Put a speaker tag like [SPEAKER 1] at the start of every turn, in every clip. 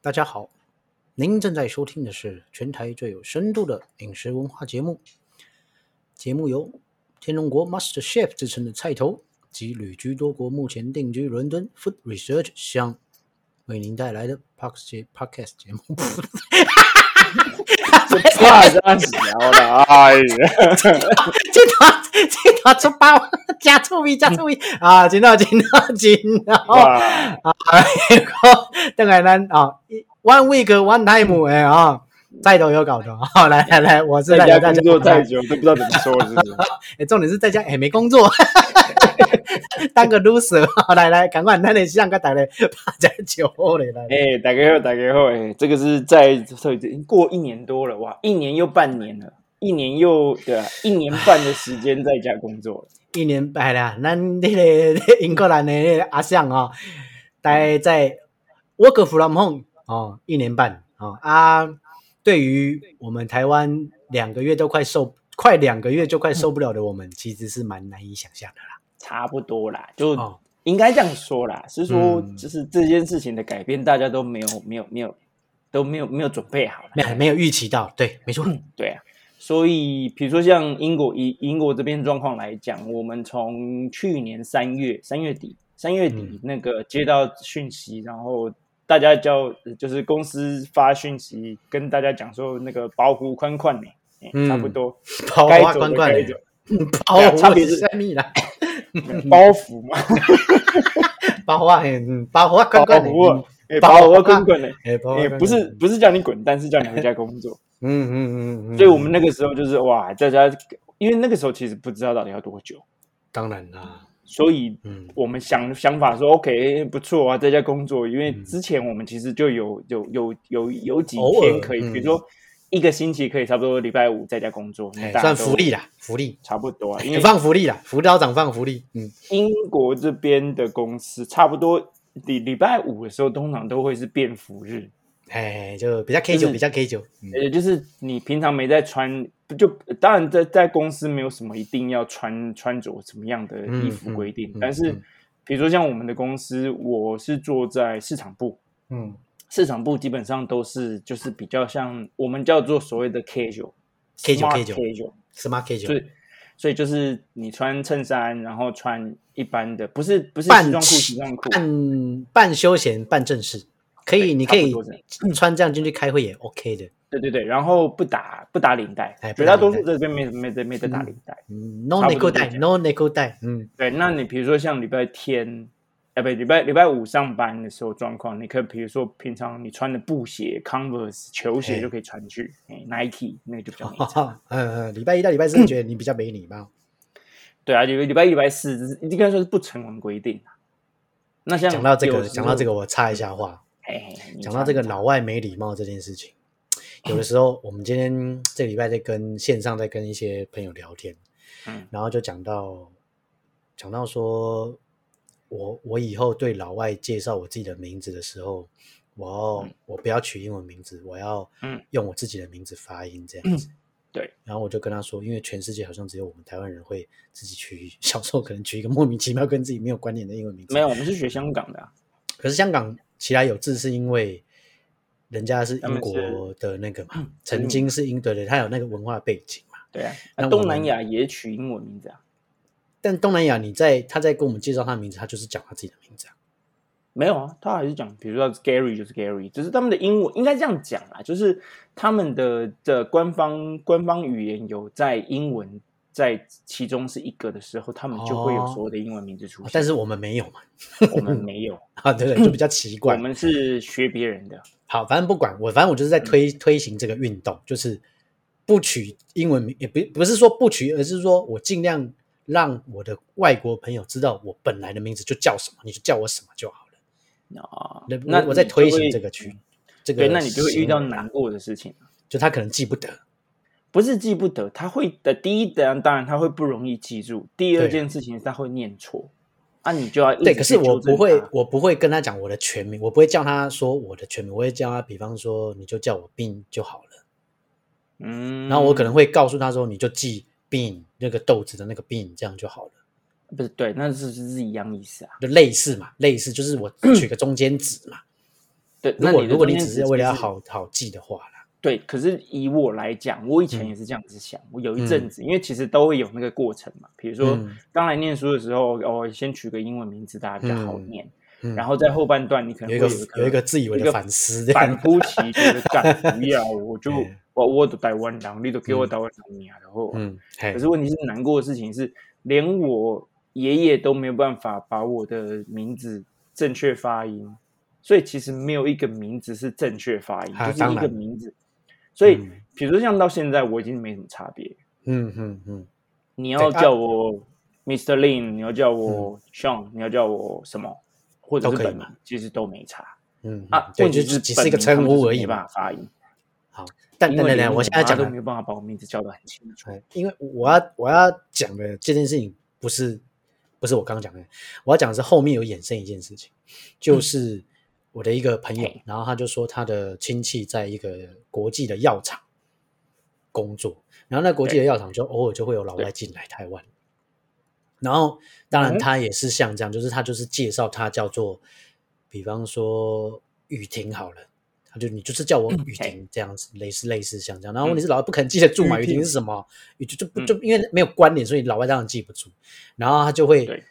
[SPEAKER 1] 大家好，您正在收听的是全台最有深度的饮食文化节目。节目由天龙国 Master Chef 之称的菜头及旅居多国，目前定居伦敦 Food Research 项为您带来的 Parks 节 Podcast 节目。
[SPEAKER 2] 就差这样子聊了，哎呀，
[SPEAKER 1] 这段这段出包，加醋味，加醋味啊！真到真到真 到，哦
[SPEAKER 2] 哇，
[SPEAKER 1] 邓海南啊一，one week one time 哎啊，再都有搞头啊！来来来，我是
[SPEAKER 2] 嗯在
[SPEAKER 1] 来
[SPEAKER 2] 家
[SPEAKER 1] 给大
[SPEAKER 2] 工
[SPEAKER 1] 家
[SPEAKER 2] 作太久都不知道怎么说，是不是？
[SPEAKER 1] 哎，重点是在家也没工作，当个 loser，来来，赶快那里向个打嘞，大家酒嘞来。
[SPEAKER 2] 哎、打给后，打给后，哎，这个是在这已经过一年多了，哇，一年又半年了，一年又对啊，一年半的时间在家工作了，
[SPEAKER 1] 一年半啦，咱那个英格兰的那个阿象哦，大概在 work from home 哦，一年半哦啊，对于我们台湾两个月都快受快两个月就快受不了的我们，其实是蛮难以想象的啦。
[SPEAKER 2] 差不多啦，就
[SPEAKER 1] 哦，
[SPEAKER 2] 应该这样说啦，是说
[SPEAKER 1] 嗯
[SPEAKER 2] 就是这件事情的改变，大家都没有没有没有都没有没有准备好啦，
[SPEAKER 1] 没有没有预期到，对，没 错，
[SPEAKER 2] 对啊，所以比如说像英国以英国这边状况来讲，我们从去年三月三月底三月底
[SPEAKER 1] 嗯
[SPEAKER 2] 那个接到讯息，然后大家叫就是公司发讯息跟大家讲说那个保护宽宽呢，哎
[SPEAKER 1] 嗯
[SPEAKER 2] 差不 多
[SPEAKER 1] 包
[SPEAKER 2] 该
[SPEAKER 1] 花
[SPEAKER 2] 走
[SPEAKER 1] 罐
[SPEAKER 2] 的
[SPEAKER 1] 罐
[SPEAKER 2] 该
[SPEAKER 1] 的
[SPEAKER 2] 走，，
[SPEAKER 1] 包
[SPEAKER 2] 对啊差
[SPEAKER 1] 花
[SPEAKER 2] 别
[SPEAKER 1] 是
[SPEAKER 2] 是
[SPEAKER 1] 什么啦？
[SPEAKER 2] 包袱嘛，
[SPEAKER 1] 包花嘿，嗯包花罐
[SPEAKER 2] 包
[SPEAKER 1] 罐的，
[SPEAKER 2] 袱
[SPEAKER 1] 嗯，
[SPEAKER 2] 哎，
[SPEAKER 1] 包袱
[SPEAKER 2] 包
[SPEAKER 1] 啊
[SPEAKER 2] 袱宽宽呢，
[SPEAKER 1] 哎，包花罐
[SPEAKER 2] 哎，
[SPEAKER 1] 罐
[SPEAKER 2] 不是
[SPEAKER 1] 的，
[SPEAKER 2] 不是叫你滚蛋，是叫你回家工作。
[SPEAKER 1] 嗯 嗯嗯嗯，
[SPEAKER 2] 所以我们那个时候就是哇，大家因为那个时候其实不知道到底要多久，
[SPEAKER 1] 当然啦，
[SPEAKER 2] 所以
[SPEAKER 1] 嗯
[SPEAKER 2] 我们想想法说，OK，不错啊，在家工作，因为之前我们其实就有有有有有几
[SPEAKER 1] 嗯偶尔
[SPEAKER 2] 天可以，
[SPEAKER 1] 嗯
[SPEAKER 2] 比如说一个星期可以差不多礼拜五在家工作，
[SPEAKER 1] 哎
[SPEAKER 2] 大家
[SPEAKER 1] 算
[SPEAKER 2] 都
[SPEAKER 1] 福利哎啦，福利。
[SPEAKER 2] 差不多啊，因
[SPEAKER 1] 也
[SPEAKER 2] 为
[SPEAKER 1] 放福利啦，辅导长放福利，嗯，
[SPEAKER 2] 英国这边的公司差不多礼礼拜五的时候，通常都会是便服日，
[SPEAKER 1] 哎，就比较 K
[SPEAKER 2] 就
[SPEAKER 1] 九，
[SPEAKER 2] 是
[SPEAKER 1] 比较 K 九，嗯
[SPEAKER 2] 也就是你平常没在穿，不就当然在在公司没有什么一定要穿穿着什么样的衣服规定，
[SPEAKER 1] 嗯嗯嗯
[SPEAKER 2] 但是
[SPEAKER 1] 嗯
[SPEAKER 2] 比如说像我们的公司，我是坐在市场部，
[SPEAKER 1] 嗯
[SPEAKER 2] 市场部基本上都是就是比较像我们叫做所谓的 casual
[SPEAKER 1] K9
[SPEAKER 2] smart
[SPEAKER 1] K9
[SPEAKER 2] casual，
[SPEAKER 1] ，Smart K 九
[SPEAKER 2] 所，以所以就是你穿衬衫，然后穿一般的，不是不是
[SPEAKER 1] 半
[SPEAKER 2] 西装裤、
[SPEAKER 1] 旗
[SPEAKER 2] 西装裤，
[SPEAKER 1] 半半休闲半正式，可以，
[SPEAKER 2] 对
[SPEAKER 1] 你可以
[SPEAKER 2] 差不多
[SPEAKER 1] 穿这样进去开会也 OK 的，
[SPEAKER 2] 对对对，然后不打不打领带
[SPEAKER 1] 哎，不
[SPEAKER 2] 绝
[SPEAKER 1] 打
[SPEAKER 2] 大
[SPEAKER 1] 领带
[SPEAKER 2] 多数这边没没没没得打领带。
[SPEAKER 1] 嗯，no
[SPEAKER 2] 差
[SPEAKER 1] n i
[SPEAKER 2] 不
[SPEAKER 1] c o
[SPEAKER 2] 多就
[SPEAKER 1] 带
[SPEAKER 2] 这样
[SPEAKER 1] ，no n i c o 带，嗯
[SPEAKER 2] 对，那你比如说像礼拜天，哎，不，礼拜礼拜五上班的时候状况，你可以比如说平常你穿的布鞋、Converse 球
[SPEAKER 1] 嘿
[SPEAKER 2] 鞋就可以穿去，哎，Nike 那个就比较没
[SPEAKER 1] 哈
[SPEAKER 2] 差。
[SPEAKER 1] 哈，嗯嗯，礼拜一到礼拜四觉得你比较没礼貌，
[SPEAKER 2] 对啊，礼礼拜一、礼拜四这是应该说是不成文规定啊那像
[SPEAKER 1] 讲到这
[SPEAKER 2] 有
[SPEAKER 1] 个，
[SPEAKER 2] 时候
[SPEAKER 1] 讲到这，个，我插一下话，
[SPEAKER 2] 嘿嘿
[SPEAKER 1] 讲到这个，
[SPEAKER 2] 你
[SPEAKER 1] 老外没礼貌这件事情，有的时候我们今天这礼拜在跟线上在跟一些朋友聊天，
[SPEAKER 2] 嗯
[SPEAKER 1] 然后就讲到讲到说，我我以后对老外介绍我自己的名字的时候，我要、
[SPEAKER 2] 嗯
[SPEAKER 1] 我不要取英文名字，我要
[SPEAKER 2] 嗯
[SPEAKER 1] 用我自己的名字发音这样子。
[SPEAKER 2] 对，
[SPEAKER 1] 然后我就跟他说，因为全世界好像只有我们台湾人会自己取，小时候可能取一个莫名其妙跟自己没有关联的英文名字，
[SPEAKER 2] 没有，我们是学香港的啊，
[SPEAKER 1] 可是香港其来有志是因为人家是
[SPEAKER 2] 他
[SPEAKER 1] 英
[SPEAKER 2] 们是
[SPEAKER 1] 国的那个嘛
[SPEAKER 2] 嗯，
[SPEAKER 1] 曾经是英对对，他有那个文化背景嘛。
[SPEAKER 2] 对啊，
[SPEAKER 1] 那
[SPEAKER 2] 啊
[SPEAKER 1] 我
[SPEAKER 2] 东
[SPEAKER 1] 们
[SPEAKER 2] 南亚也取英文名字啊，
[SPEAKER 1] 但东南亚，你在他在跟我们介绍他的名字，他就是讲他自己的名字啊。
[SPEAKER 2] 没有啊，他还是讲，比如说 Gary 就是 Gary，只是他们的英文应该这样讲啦，就是他们的的官方官方语言有在英文在其中是一个的时候，他们就会有
[SPEAKER 1] 哦
[SPEAKER 2] 所有的英文名字出现。
[SPEAKER 1] 但是我们没有嘛，
[SPEAKER 2] 我们没有，
[SPEAKER 1] 啊，对对，就比较奇
[SPEAKER 2] 嗯我
[SPEAKER 1] 怪。
[SPEAKER 2] 们是学别人的。
[SPEAKER 1] 好，反正不管我，反正我就是在推、
[SPEAKER 2] 嗯
[SPEAKER 1] 推行这个运动，就是不取英文名，也不不是说不取，而是说我尽量让我的外国朋友知道我本来的名字就叫什么，你就叫我什么就好了。
[SPEAKER 2] 啊
[SPEAKER 1] 那，
[SPEAKER 2] 那
[SPEAKER 1] 我我在
[SPEAKER 2] 你就
[SPEAKER 1] 推行
[SPEAKER 2] 会
[SPEAKER 1] 这个区，这个
[SPEAKER 2] 对，那你就会遇到
[SPEAKER 1] 行为
[SPEAKER 2] 难过的事情啊
[SPEAKER 1] 就他可能记不得。
[SPEAKER 2] 不是记不得，他会的。第一，当然当然他会不容易记住；第二
[SPEAKER 1] 对
[SPEAKER 2] 件事情是他会念错，啊，你就要一直
[SPEAKER 1] 对，可是
[SPEAKER 2] 去
[SPEAKER 1] 我
[SPEAKER 2] 纠正
[SPEAKER 1] 不会
[SPEAKER 2] 他，
[SPEAKER 1] 我不会跟他讲我的全名，我不会叫他说我的全名，我会叫他，比方说你就叫我病就好了。
[SPEAKER 2] 嗯，
[SPEAKER 1] 然后我可能会告诉他说，你就记 bean 那个豆子的那个 bean，这样就好了，
[SPEAKER 2] 不是对，那是是一样意思啊。
[SPEAKER 1] 就类似嘛，类似就是我取个中间值嘛。
[SPEAKER 2] 对，
[SPEAKER 1] 如
[SPEAKER 2] 那
[SPEAKER 1] 果
[SPEAKER 2] 的
[SPEAKER 1] 如果你
[SPEAKER 2] 中间
[SPEAKER 1] 只
[SPEAKER 2] 值
[SPEAKER 1] 是为了要
[SPEAKER 2] 其实
[SPEAKER 1] 好好记的话啦，
[SPEAKER 2] 对，可是以我来讲，我以前
[SPEAKER 1] 嗯
[SPEAKER 2] 也是这样子想。我有一阵子，因为其实都会有那个过程嘛。比如说
[SPEAKER 1] 嗯，
[SPEAKER 2] 刚来念书的时候，哦，先取个英文名字，大家比较好
[SPEAKER 1] 嗯
[SPEAKER 2] 念。
[SPEAKER 1] 嗯
[SPEAKER 2] 然后在后半段，你可能
[SPEAKER 1] 有
[SPEAKER 2] 会
[SPEAKER 1] 一个
[SPEAKER 2] 有
[SPEAKER 1] 有一个自以为
[SPEAKER 2] 一
[SPEAKER 1] 的
[SPEAKER 2] 个
[SPEAKER 1] 反思，这
[SPEAKER 2] 反
[SPEAKER 1] 样
[SPEAKER 2] 扑期，觉得干不要，我就
[SPEAKER 1] 嗯
[SPEAKER 2] 我我的台湾人，你都给我台湾人你啊，然后。
[SPEAKER 1] 嗯，嘿
[SPEAKER 2] 可是问题是，难过的事情是，连我爷爷都没有办法把我的名字正确发音，所以其实没有一个名字是正确发音，
[SPEAKER 1] 啊
[SPEAKER 2] 就是一
[SPEAKER 1] 当
[SPEAKER 2] 个
[SPEAKER 1] 然
[SPEAKER 2] 名字。所以
[SPEAKER 1] 嗯，
[SPEAKER 2] 比如说像到现在，我已经没什么差别。
[SPEAKER 1] 嗯嗯嗯，
[SPEAKER 2] 你要
[SPEAKER 1] 对啊嗯
[SPEAKER 2] 叫我 Mr. Lin，你要叫我 Sean，你要叫我什么，或者
[SPEAKER 1] 都
[SPEAKER 2] 是
[SPEAKER 1] 可以
[SPEAKER 2] 本名
[SPEAKER 1] 嘛，
[SPEAKER 2] 其实都没差
[SPEAKER 1] 嗯
[SPEAKER 2] 啊。
[SPEAKER 1] 对，
[SPEAKER 2] 问题
[SPEAKER 1] 就是只
[SPEAKER 2] 本
[SPEAKER 1] 是一个
[SPEAKER 2] 名他
[SPEAKER 1] 称
[SPEAKER 2] 们
[SPEAKER 1] 呼
[SPEAKER 2] 就是
[SPEAKER 1] 而已
[SPEAKER 2] 没办
[SPEAKER 1] 嘛。
[SPEAKER 2] 法发音，
[SPEAKER 1] 好，但
[SPEAKER 2] 因
[SPEAKER 1] 等
[SPEAKER 2] 为
[SPEAKER 1] 等
[SPEAKER 2] 连
[SPEAKER 1] 等，我
[SPEAKER 2] 我
[SPEAKER 1] 现在
[SPEAKER 2] 妈
[SPEAKER 1] 讲
[SPEAKER 2] 都
[SPEAKER 1] 的
[SPEAKER 2] 没有办法把我名字叫得很清楚。
[SPEAKER 1] 哎，因为我要我要讲的这件事情不是不是我刚讲的，我要讲的是后面有衍生一件事情，就是我的一个朋友，
[SPEAKER 2] 嘿
[SPEAKER 1] 然后他就说他的亲戚在一个国际的药厂工作，然后那国际的药厂就偶尔就会有老外进来台湾，然后当然
[SPEAKER 2] 嗯
[SPEAKER 1] 他也是像这样，就是他就是介绍他叫做，比方说雨婷好了。他就你就是叫我雨
[SPEAKER 2] 嘿
[SPEAKER 1] 婷这样子，类似类似像这样。然后问题是老外不肯记得住嘛，
[SPEAKER 2] 嗯雨
[SPEAKER 1] 雨
[SPEAKER 2] 婷
[SPEAKER 1] 婷是什么？也就就不
[SPEAKER 2] 嗯
[SPEAKER 1] 就因为没有关联，所以老外当然记不住。然后他就会
[SPEAKER 2] 对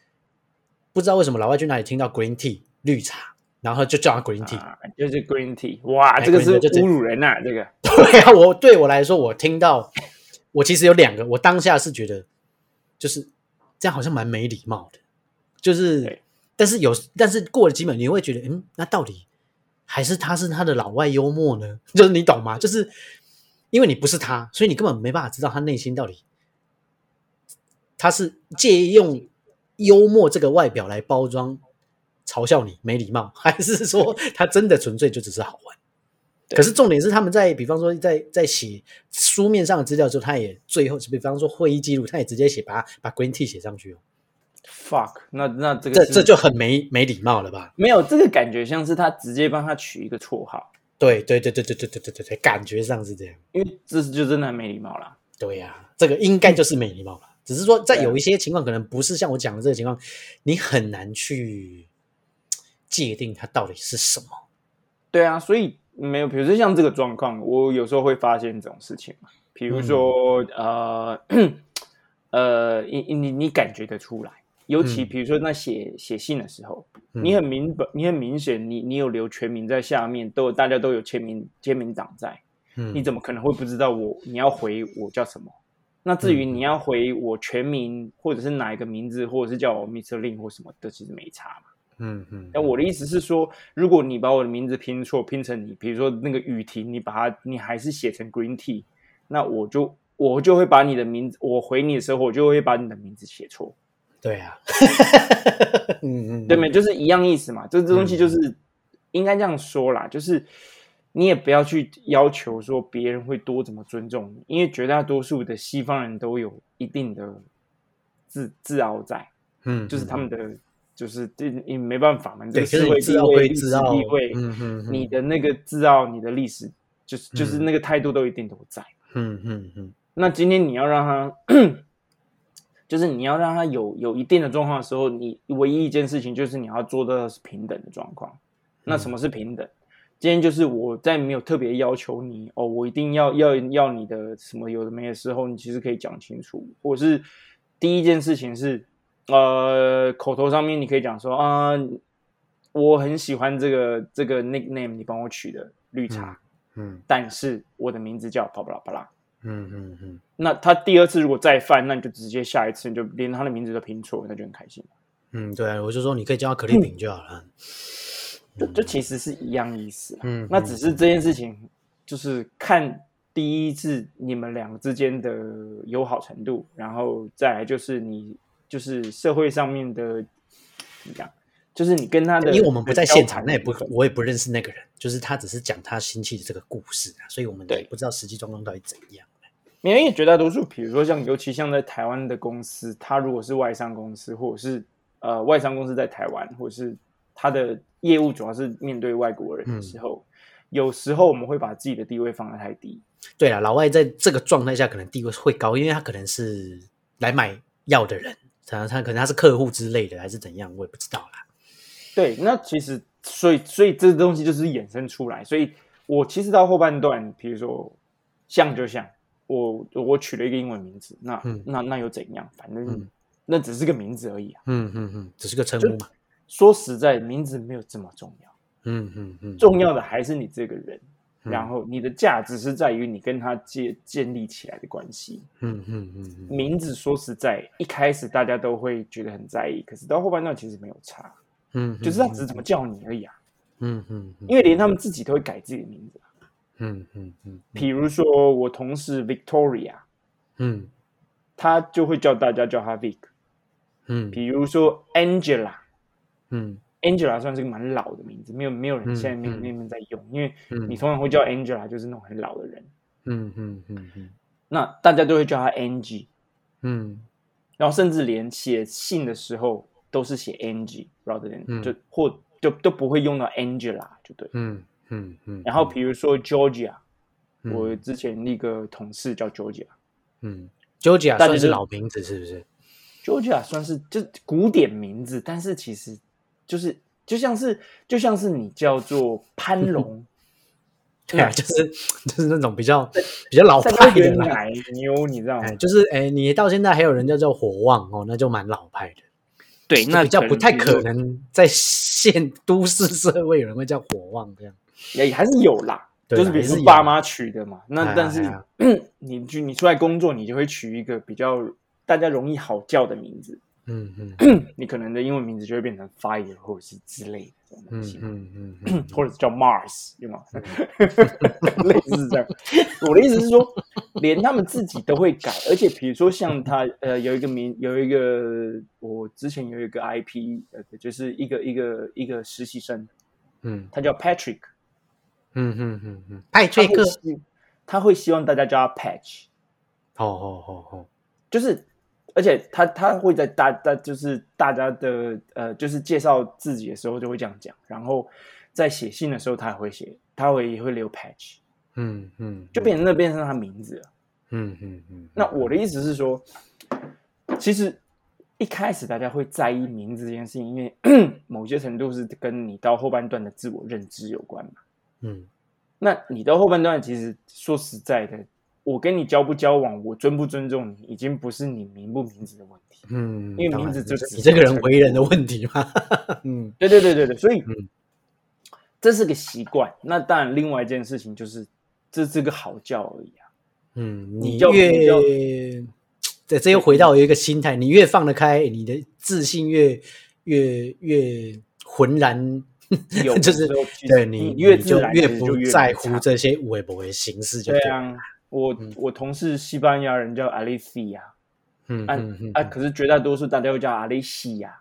[SPEAKER 1] 不知道为什么老外去哪里听到 green tea 绿茶，然后就叫他 green tea。
[SPEAKER 2] 啊，就是 green tea，哇，
[SPEAKER 1] 哎
[SPEAKER 2] 这个是
[SPEAKER 1] green tea 就这
[SPEAKER 2] 侮辱人呐、这个
[SPEAKER 1] 对啊，我对我来说，我听到我其实有两个，我当下是觉得就是这样好像蛮没礼貌的，就是
[SPEAKER 2] 对
[SPEAKER 1] 但是有但是过了几秒，你会觉得嗯，那到底还是他是他的老外幽默呢？ 就是你懂吗？就是因为你不是他，所以你根本没办法知道他内心到底他是借用幽默这个外表来包装嘲笑你没礼貌，还是说他真的纯粹就只是好玩？
[SPEAKER 2] 对
[SPEAKER 1] 可是重点是他们在，比方说在在写书面上的资料之后，他也最后，比方说会议记录，他也直接写把把 green tea 写上去哦，
[SPEAKER 2] fuck，那那这个
[SPEAKER 1] 这
[SPEAKER 2] 是
[SPEAKER 1] 这就很没没礼貌了吧？
[SPEAKER 2] 没有这个感觉，像是他直接帮他取一个绰号，
[SPEAKER 1] 对对对对对对对对对对，感觉上是这样。
[SPEAKER 2] 因为这是就真的很没礼貌啦。
[SPEAKER 1] 对呀、这个应该就是没礼貌了。只是说，在
[SPEAKER 2] 对啊
[SPEAKER 1] 有一些情况，可能不是像我讲的这个情况，你很难去界定它到底是什么。
[SPEAKER 2] 对啊，所以没有，比如说像这个状况，我有时候会发现这种事情嘛，比如说、
[SPEAKER 1] 嗯
[SPEAKER 2] 呃 呃，你你你感觉得出来，尤其
[SPEAKER 1] 嗯
[SPEAKER 2] 比如说那写写信的时候，
[SPEAKER 1] 嗯
[SPEAKER 2] 你很明白，你很明显，你你有留全名在下面，都有大家都有签名签名档在，
[SPEAKER 1] 嗯，
[SPEAKER 2] 你怎么可能会不知道我你要回我叫什么？那至于
[SPEAKER 1] 嗯
[SPEAKER 2] 你要回我全名，或者是哪一个名字，或者是叫我 Mr. Lin 或什么的，其实没差嘛。
[SPEAKER 1] 嗯嗯，
[SPEAKER 2] 那我的意思是说，如果你把我的名字拼错，拼成你，比如说那个雨婷，你把它你还是写成 Green Tea，那我就我就会把你的名字，我回你的时候，我就会把你的名字写错，
[SPEAKER 1] 对啊，嗯嗯，
[SPEAKER 2] 对没？就是一样意思嘛。这这东西
[SPEAKER 1] 嗯
[SPEAKER 2] 就是、应该这样说啦，就是你也不要去要求说别人会多怎么尊重你，因为绝大多数的西方人都有一定的自自傲在，
[SPEAKER 1] 嗯，
[SPEAKER 2] 就是他们
[SPEAKER 1] 的
[SPEAKER 2] 的。就是这你没办法嘛，你这
[SPEAKER 1] 对，
[SPEAKER 2] 个
[SPEAKER 1] 可
[SPEAKER 2] 社
[SPEAKER 1] 是
[SPEAKER 2] 会
[SPEAKER 1] 你自傲归
[SPEAKER 2] 地位、历史
[SPEAKER 1] 自傲，
[SPEAKER 2] 地位，
[SPEAKER 1] 嗯嗯，
[SPEAKER 2] 你的那个自傲、你的历史，就是就是
[SPEAKER 1] 嗯
[SPEAKER 2] 那个态度都一定都在。
[SPEAKER 1] 嗯嗯嗯
[SPEAKER 2] 那今天你要让他，就是你要让他有有一定的状况的时候，你唯一一件事情就是你要做到的是平等的状况。那什么是平等？今天就是我在没有特别要求你哦，我一定要要要你的什么有的没的时候，你其实可以讲清楚。我是第一件事情是，呃，口头上面你可以讲说啊、我很喜欢这个这个 nickname，你帮我取的绿茶，
[SPEAKER 1] 嗯
[SPEAKER 2] 但是我的名字叫巴拉巴拉。
[SPEAKER 1] 嗯嗯嗯
[SPEAKER 2] 那他第二次如果再犯，那你就直接下一次你就连他的名字都拼错，那就很开心。
[SPEAKER 1] 嗯，对啊，我就说你可以叫他可丽饼就好了。
[SPEAKER 2] 就就其实是一样意思啦。
[SPEAKER 1] 嗯，
[SPEAKER 2] 那只是这件事情，就是看第一次你们两个之间的友好程度，然后再来就是你就是社会上面的怎么讲，就是你跟他的，
[SPEAKER 1] 因为我们不在现场，那也不
[SPEAKER 2] 交谈的部分，
[SPEAKER 1] 我也不认识那个人，就是他只是讲他亲戚的这个故事啊，所以我们
[SPEAKER 2] 对
[SPEAKER 1] 也不知道实际状况到底怎样。
[SPEAKER 2] 因为绝大多数，比如说像尤其像在台湾的公司，它如果是外商公司，或者是呃外商公司在台湾，或者是它的
[SPEAKER 1] 嗯
[SPEAKER 2] 业务主要是面对外国人的时候，有时候我们会把自己的地位放得太低，
[SPEAKER 1] 对了，老外在这个状态下可能地位会高，因为他可能是来买药的人，他他可能他是客户之类的，还是怎样，我也不知道啦。
[SPEAKER 2] 对，那其实所以所以这东西就是衍生出来，所以我其实到后半段，比如说像就像我我取了一个英文名字，那、
[SPEAKER 1] 嗯
[SPEAKER 2] 那那又怎样？反正、
[SPEAKER 1] 嗯
[SPEAKER 2] 那只是个名字而已啊。
[SPEAKER 1] 嗯嗯嗯，只是个称呼嘛。
[SPEAKER 2] 说实在，名字没有这么重要，
[SPEAKER 1] 嗯嗯嗯，
[SPEAKER 2] 重要的还是你这个人，
[SPEAKER 1] 嗯
[SPEAKER 2] 然后你的价值是在于你跟他建建立起来的关系。
[SPEAKER 1] 嗯嗯嗯嗯，
[SPEAKER 2] 名字说实在，一开始大家都会觉得很在意，可是到后半段其实没有差，
[SPEAKER 1] 嗯，
[SPEAKER 2] 就是他只是怎么叫你而已啊。
[SPEAKER 1] 嗯嗯嗯
[SPEAKER 2] 因为连他们自己都会改自己的名字啊。
[SPEAKER 1] 嗯嗯嗯
[SPEAKER 2] 比如说我同事 Victoria，
[SPEAKER 1] 嗯
[SPEAKER 2] 她就会叫大家叫她 Vic。
[SPEAKER 1] 嗯
[SPEAKER 2] 比如说 Angela，Angela
[SPEAKER 1] 嗯
[SPEAKER 2] 算是个蛮老的名字，没有没有人
[SPEAKER 1] 嗯
[SPEAKER 2] 现在没有
[SPEAKER 1] 嗯
[SPEAKER 2] 没有人在用，因为
[SPEAKER 1] 嗯
[SPEAKER 2] 你通常会叫 Angela 就是那种很老的人，
[SPEAKER 1] 嗯嗯嗯
[SPEAKER 2] 那大家都会叫她 Angie，
[SPEAKER 1] 嗯
[SPEAKER 2] 然后甚至连写信的时候都是写 Angie rather than、
[SPEAKER 1] 嗯
[SPEAKER 2] 就或就都不会用到 Angela 就对。
[SPEAKER 1] 嗯嗯嗯，
[SPEAKER 2] 然后比如说 Georgia，、我之前那个同事叫 Georgia。
[SPEAKER 1] 嗯，Georgia 算是老名字是不是？
[SPEAKER 2] Georgia 算是就古典名字，但是其实就是就像是就像是你叫做潘
[SPEAKER 1] 嗯
[SPEAKER 2] 龙，
[SPEAKER 1] 对
[SPEAKER 2] 嗯
[SPEAKER 1] 啊，就是就是那种比较比较老
[SPEAKER 2] 大家
[SPEAKER 1] 派
[SPEAKER 2] 会觉
[SPEAKER 1] 的
[SPEAKER 2] 得
[SPEAKER 1] 啦。
[SPEAKER 2] 奶牛，你知道吗
[SPEAKER 1] 啊哎，？就是哎，你到现在还有人叫叫火旺哦，那就蛮老派的。
[SPEAKER 2] 对
[SPEAKER 1] 比较不太可，能在现都市社会有人会叫火旺这样。
[SPEAKER 2] 也还是有啦。
[SPEAKER 1] 对
[SPEAKER 2] 就是
[SPEAKER 1] 啦
[SPEAKER 2] 比如
[SPEAKER 1] 还是
[SPEAKER 2] 说
[SPEAKER 1] 有
[SPEAKER 2] 爸妈取的嘛，
[SPEAKER 1] 哎
[SPEAKER 2] 那
[SPEAKER 1] 呀
[SPEAKER 2] 但是
[SPEAKER 1] 哎呀
[SPEAKER 2] 你去你出来工作，你就会取一个比较大家容易好叫的名字，
[SPEAKER 1] 嗯嗯
[SPEAKER 2] 你可能的英文名字就会变成 Fire 或者是之类的这种东
[SPEAKER 1] 嗯
[SPEAKER 2] 西。
[SPEAKER 1] 嗯嗯
[SPEAKER 2] 或者叫 Mars，有吗？ 类似这样。我的意思是说，连他们自己都会改，而且比如说像他呃，有一个名，有一个我之前有一个 IP，呃，就是一个一个一个实习生，
[SPEAKER 1] 嗯
[SPEAKER 2] 他叫 Patrick，
[SPEAKER 1] 嗯嗯嗯嗯，派
[SPEAKER 2] 他
[SPEAKER 1] 翠克
[SPEAKER 2] 会，希他会希望大家叫他 Patch，
[SPEAKER 1] 哦哦哦哦，
[SPEAKER 2] 就是。而且他他会在大大就是大家的呃，就是介绍自己的时候就会这样讲，然后在写信的时候他也会写，他会也会留 patch，
[SPEAKER 1] 嗯嗯，
[SPEAKER 2] 就变成那变成他名字了。
[SPEAKER 1] 嗯嗯嗯，
[SPEAKER 2] 那我的意思是说，其实一开始大家会在意名字这件事情，因为 某些程度是跟你到后半段的自我认知有关嘛。
[SPEAKER 1] 嗯
[SPEAKER 2] 那你到后半段，其实说实在的，我跟你交不交往，我尊不尊重你，已经不是你名不名字的问题。
[SPEAKER 1] 嗯，
[SPEAKER 2] 因为
[SPEAKER 1] 当
[SPEAKER 2] 名字
[SPEAKER 1] 然
[SPEAKER 2] 就
[SPEAKER 1] 这
[SPEAKER 2] 只
[SPEAKER 1] 你
[SPEAKER 2] 是
[SPEAKER 1] 这个人
[SPEAKER 2] 称
[SPEAKER 1] 为人的问题 嘛，嗯
[SPEAKER 2] 对对对对对，所以、
[SPEAKER 1] 嗯
[SPEAKER 2] 这是个习惯。那当然，另外一件事情就是，这是个好叫而已啊。
[SPEAKER 1] 嗯，
[SPEAKER 2] 你
[SPEAKER 1] 你
[SPEAKER 2] 叫你叫
[SPEAKER 1] 越对，这又回到一个心态，你越放得开，你的自信越越越浑然。
[SPEAKER 2] 有
[SPEAKER 1] 就
[SPEAKER 2] 的
[SPEAKER 1] 是
[SPEAKER 2] 时候其实
[SPEAKER 1] 对
[SPEAKER 2] 你
[SPEAKER 1] 你，
[SPEAKER 2] 越
[SPEAKER 1] 你
[SPEAKER 2] 自
[SPEAKER 1] 就
[SPEAKER 2] 然
[SPEAKER 1] 越
[SPEAKER 2] 其实
[SPEAKER 1] 不
[SPEAKER 2] 就越
[SPEAKER 1] 在
[SPEAKER 2] 没
[SPEAKER 1] 乎
[SPEAKER 2] 差
[SPEAKER 1] 这些微博的形式，就
[SPEAKER 2] 对
[SPEAKER 1] 了
[SPEAKER 2] 啊，我、我同事西班牙人叫 Alicia，
[SPEAKER 1] 嗯
[SPEAKER 2] 啊、
[SPEAKER 1] 嗯嗯
[SPEAKER 2] 啊，可是绝大多数大家会叫 Alicia，啊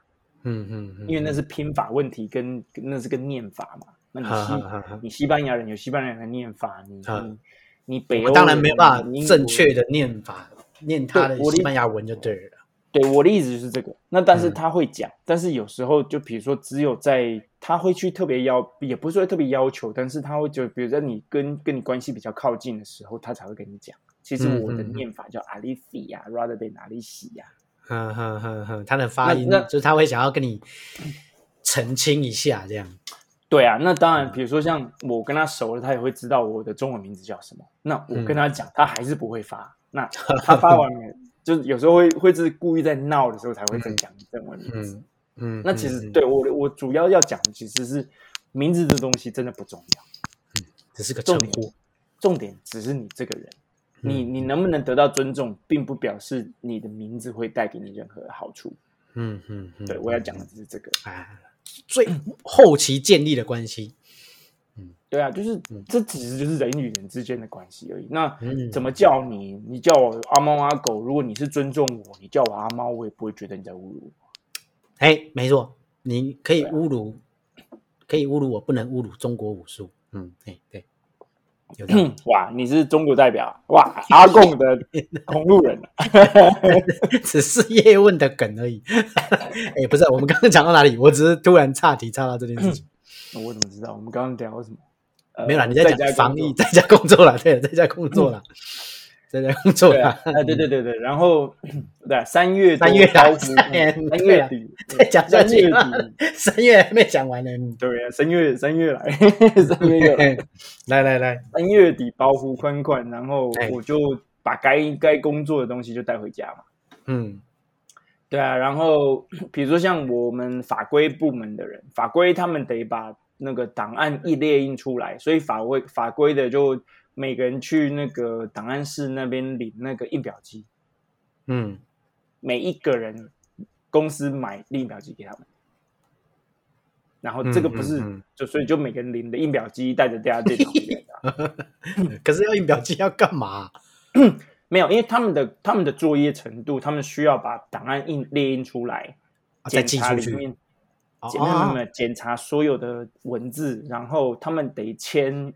[SPEAKER 1] 嗯嗯嗯，
[SPEAKER 2] 因为那是拼法问题跟，跟那是跟念法嘛。那你
[SPEAKER 1] 哈
[SPEAKER 2] 西
[SPEAKER 1] 哈哈哈
[SPEAKER 2] 你西班牙人有西班牙人的念法，你、
[SPEAKER 1] 啊
[SPEAKER 2] 你你北欧
[SPEAKER 1] 我
[SPEAKER 2] 人
[SPEAKER 1] 当然没有办法
[SPEAKER 2] 你英
[SPEAKER 1] 正
[SPEAKER 2] 国
[SPEAKER 1] 确的念法，念他的
[SPEAKER 2] 对我的
[SPEAKER 1] 西班牙文就对了。
[SPEAKER 2] 对，我的意思就是这个。那但是
[SPEAKER 1] 嗯
[SPEAKER 2] 他会讲，但是有时候就比如说，只有在他会去特别要，也不是说特别要求，但是他会就比如在你跟跟你关系比较靠近的时候，他才会跟你讲。其实
[SPEAKER 1] 嗯
[SPEAKER 2] 我的
[SPEAKER 1] 嗯嗯
[SPEAKER 2] 念法叫阿里西亚，rather than 阿里西啊亚。
[SPEAKER 1] 哼哼哼哼，他的发音
[SPEAKER 2] 那
[SPEAKER 1] 就是他会想要跟你澄清一下，这样。
[SPEAKER 2] 对啊，那当
[SPEAKER 1] 嗯
[SPEAKER 2] 然，比如说像我跟他熟了，他也会知道我的中文名字叫什么。那我
[SPEAKER 1] 嗯
[SPEAKER 2] 跟他讲，他还是不会发。那他发完没，就是有时候会会是故意在闹的时候才会再讲中文名字。
[SPEAKER 1] 嗯嗯，
[SPEAKER 2] 那其实
[SPEAKER 1] 嗯嗯
[SPEAKER 2] 对我我主要要讲的其实是名字这东西真的不重要，
[SPEAKER 1] 只是个
[SPEAKER 2] 重
[SPEAKER 1] 称
[SPEAKER 2] 点
[SPEAKER 1] 呼。
[SPEAKER 2] 重点只是你这个人，你
[SPEAKER 1] 嗯
[SPEAKER 2] 你能不能得到尊重，并不表示你的名字会带给你任何好处。
[SPEAKER 1] 嗯嗯嗯，
[SPEAKER 2] 对我要讲的只是这个。
[SPEAKER 1] 啊，最后期建立的关系。
[SPEAKER 2] 对啊，就是这其实就是人与人之间的关系而已。那
[SPEAKER 1] 嗯
[SPEAKER 2] 怎么叫你？你叫我阿猫阿狗，如果你是尊重我，你叫我阿猫，我也不会觉得你在侮辱我。
[SPEAKER 1] 哎，没错，你可
[SPEAKER 2] 啊
[SPEAKER 1] 以侮辱，可以侮辱我，不能侮辱中国武术。嗯，哎对，有道理。
[SPEAKER 2] 哇，你是中国代表啊，哇，阿贡的 同路人啊，
[SPEAKER 1] 只是叶问的梗而已。 哎、不是，我们刚刚讲到哪里？我只是突然岔题，岔到这件事情。
[SPEAKER 2] 我怎么知道？我们刚刚聊什么？呃
[SPEAKER 1] 没有啦，你在
[SPEAKER 2] 在
[SPEAKER 1] 讲
[SPEAKER 2] 家工
[SPEAKER 1] 防
[SPEAKER 2] 作嗯
[SPEAKER 1] 疫，在 家工作啦，对，在家工作啦，在家工作
[SPEAKER 2] 对啊
[SPEAKER 1] 啦，，
[SPEAKER 2] 啊对对对对，然后对啊三月多
[SPEAKER 1] 三月啊
[SPEAKER 2] 高峰
[SPEAKER 1] 三月
[SPEAKER 2] 嗯三
[SPEAKER 1] 对
[SPEAKER 2] 月
[SPEAKER 1] 啊
[SPEAKER 2] 底，嗯
[SPEAKER 1] 再讲下
[SPEAKER 2] 三
[SPEAKER 1] 去
[SPEAKER 2] 月
[SPEAKER 1] 啦
[SPEAKER 2] 底，
[SPEAKER 1] 三月还没讲完呢，嗯
[SPEAKER 2] 对啊，三月三 月来，三月又来，
[SPEAKER 1] 来来来，
[SPEAKER 2] 三月底包袱宽宽，然后
[SPEAKER 1] 哎
[SPEAKER 2] 我就把该该工作的东西就带回家嘛。
[SPEAKER 1] 嗯
[SPEAKER 2] 对啊，然后 比如说像我们法规部门的人，法规他们得把那个档案一列印出来，所以法规法规的就每个人去那个档案室那边领那个印表机，
[SPEAKER 1] 嗯，
[SPEAKER 2] 每一个人公司买印表机给他们。然后
[SPEAKER 1] 嗯
[SPEAKER 2] 这个不是、
[SPEAKER 1] 嗯嗯
[SPEAKER 2] 就所以就每个人领的印表机带着大家电脑回家
[SPEAKER 1] 可是要印表机要干嘛？
[SPEAKER 2] 没有，因为他们的他们的作业程度，他们需要把档案印列印出来，
[SPEAKER 1] 啊再
[SPEAKER 2] 检
[SPEAKER 1] 寄
[SPEAKER 2] 查
[SPEAKER 1] 出
[SPEAKER 2] 里
[SPEAKER 1] 去
[SPEAKER 2] 面
[SPEAKER 1] 哦
[SPEAKER 2] 检没有没有
[SPEAKER 1] 啊
[SPEAKER 2] 没，有检查所有的文字，然后他们得签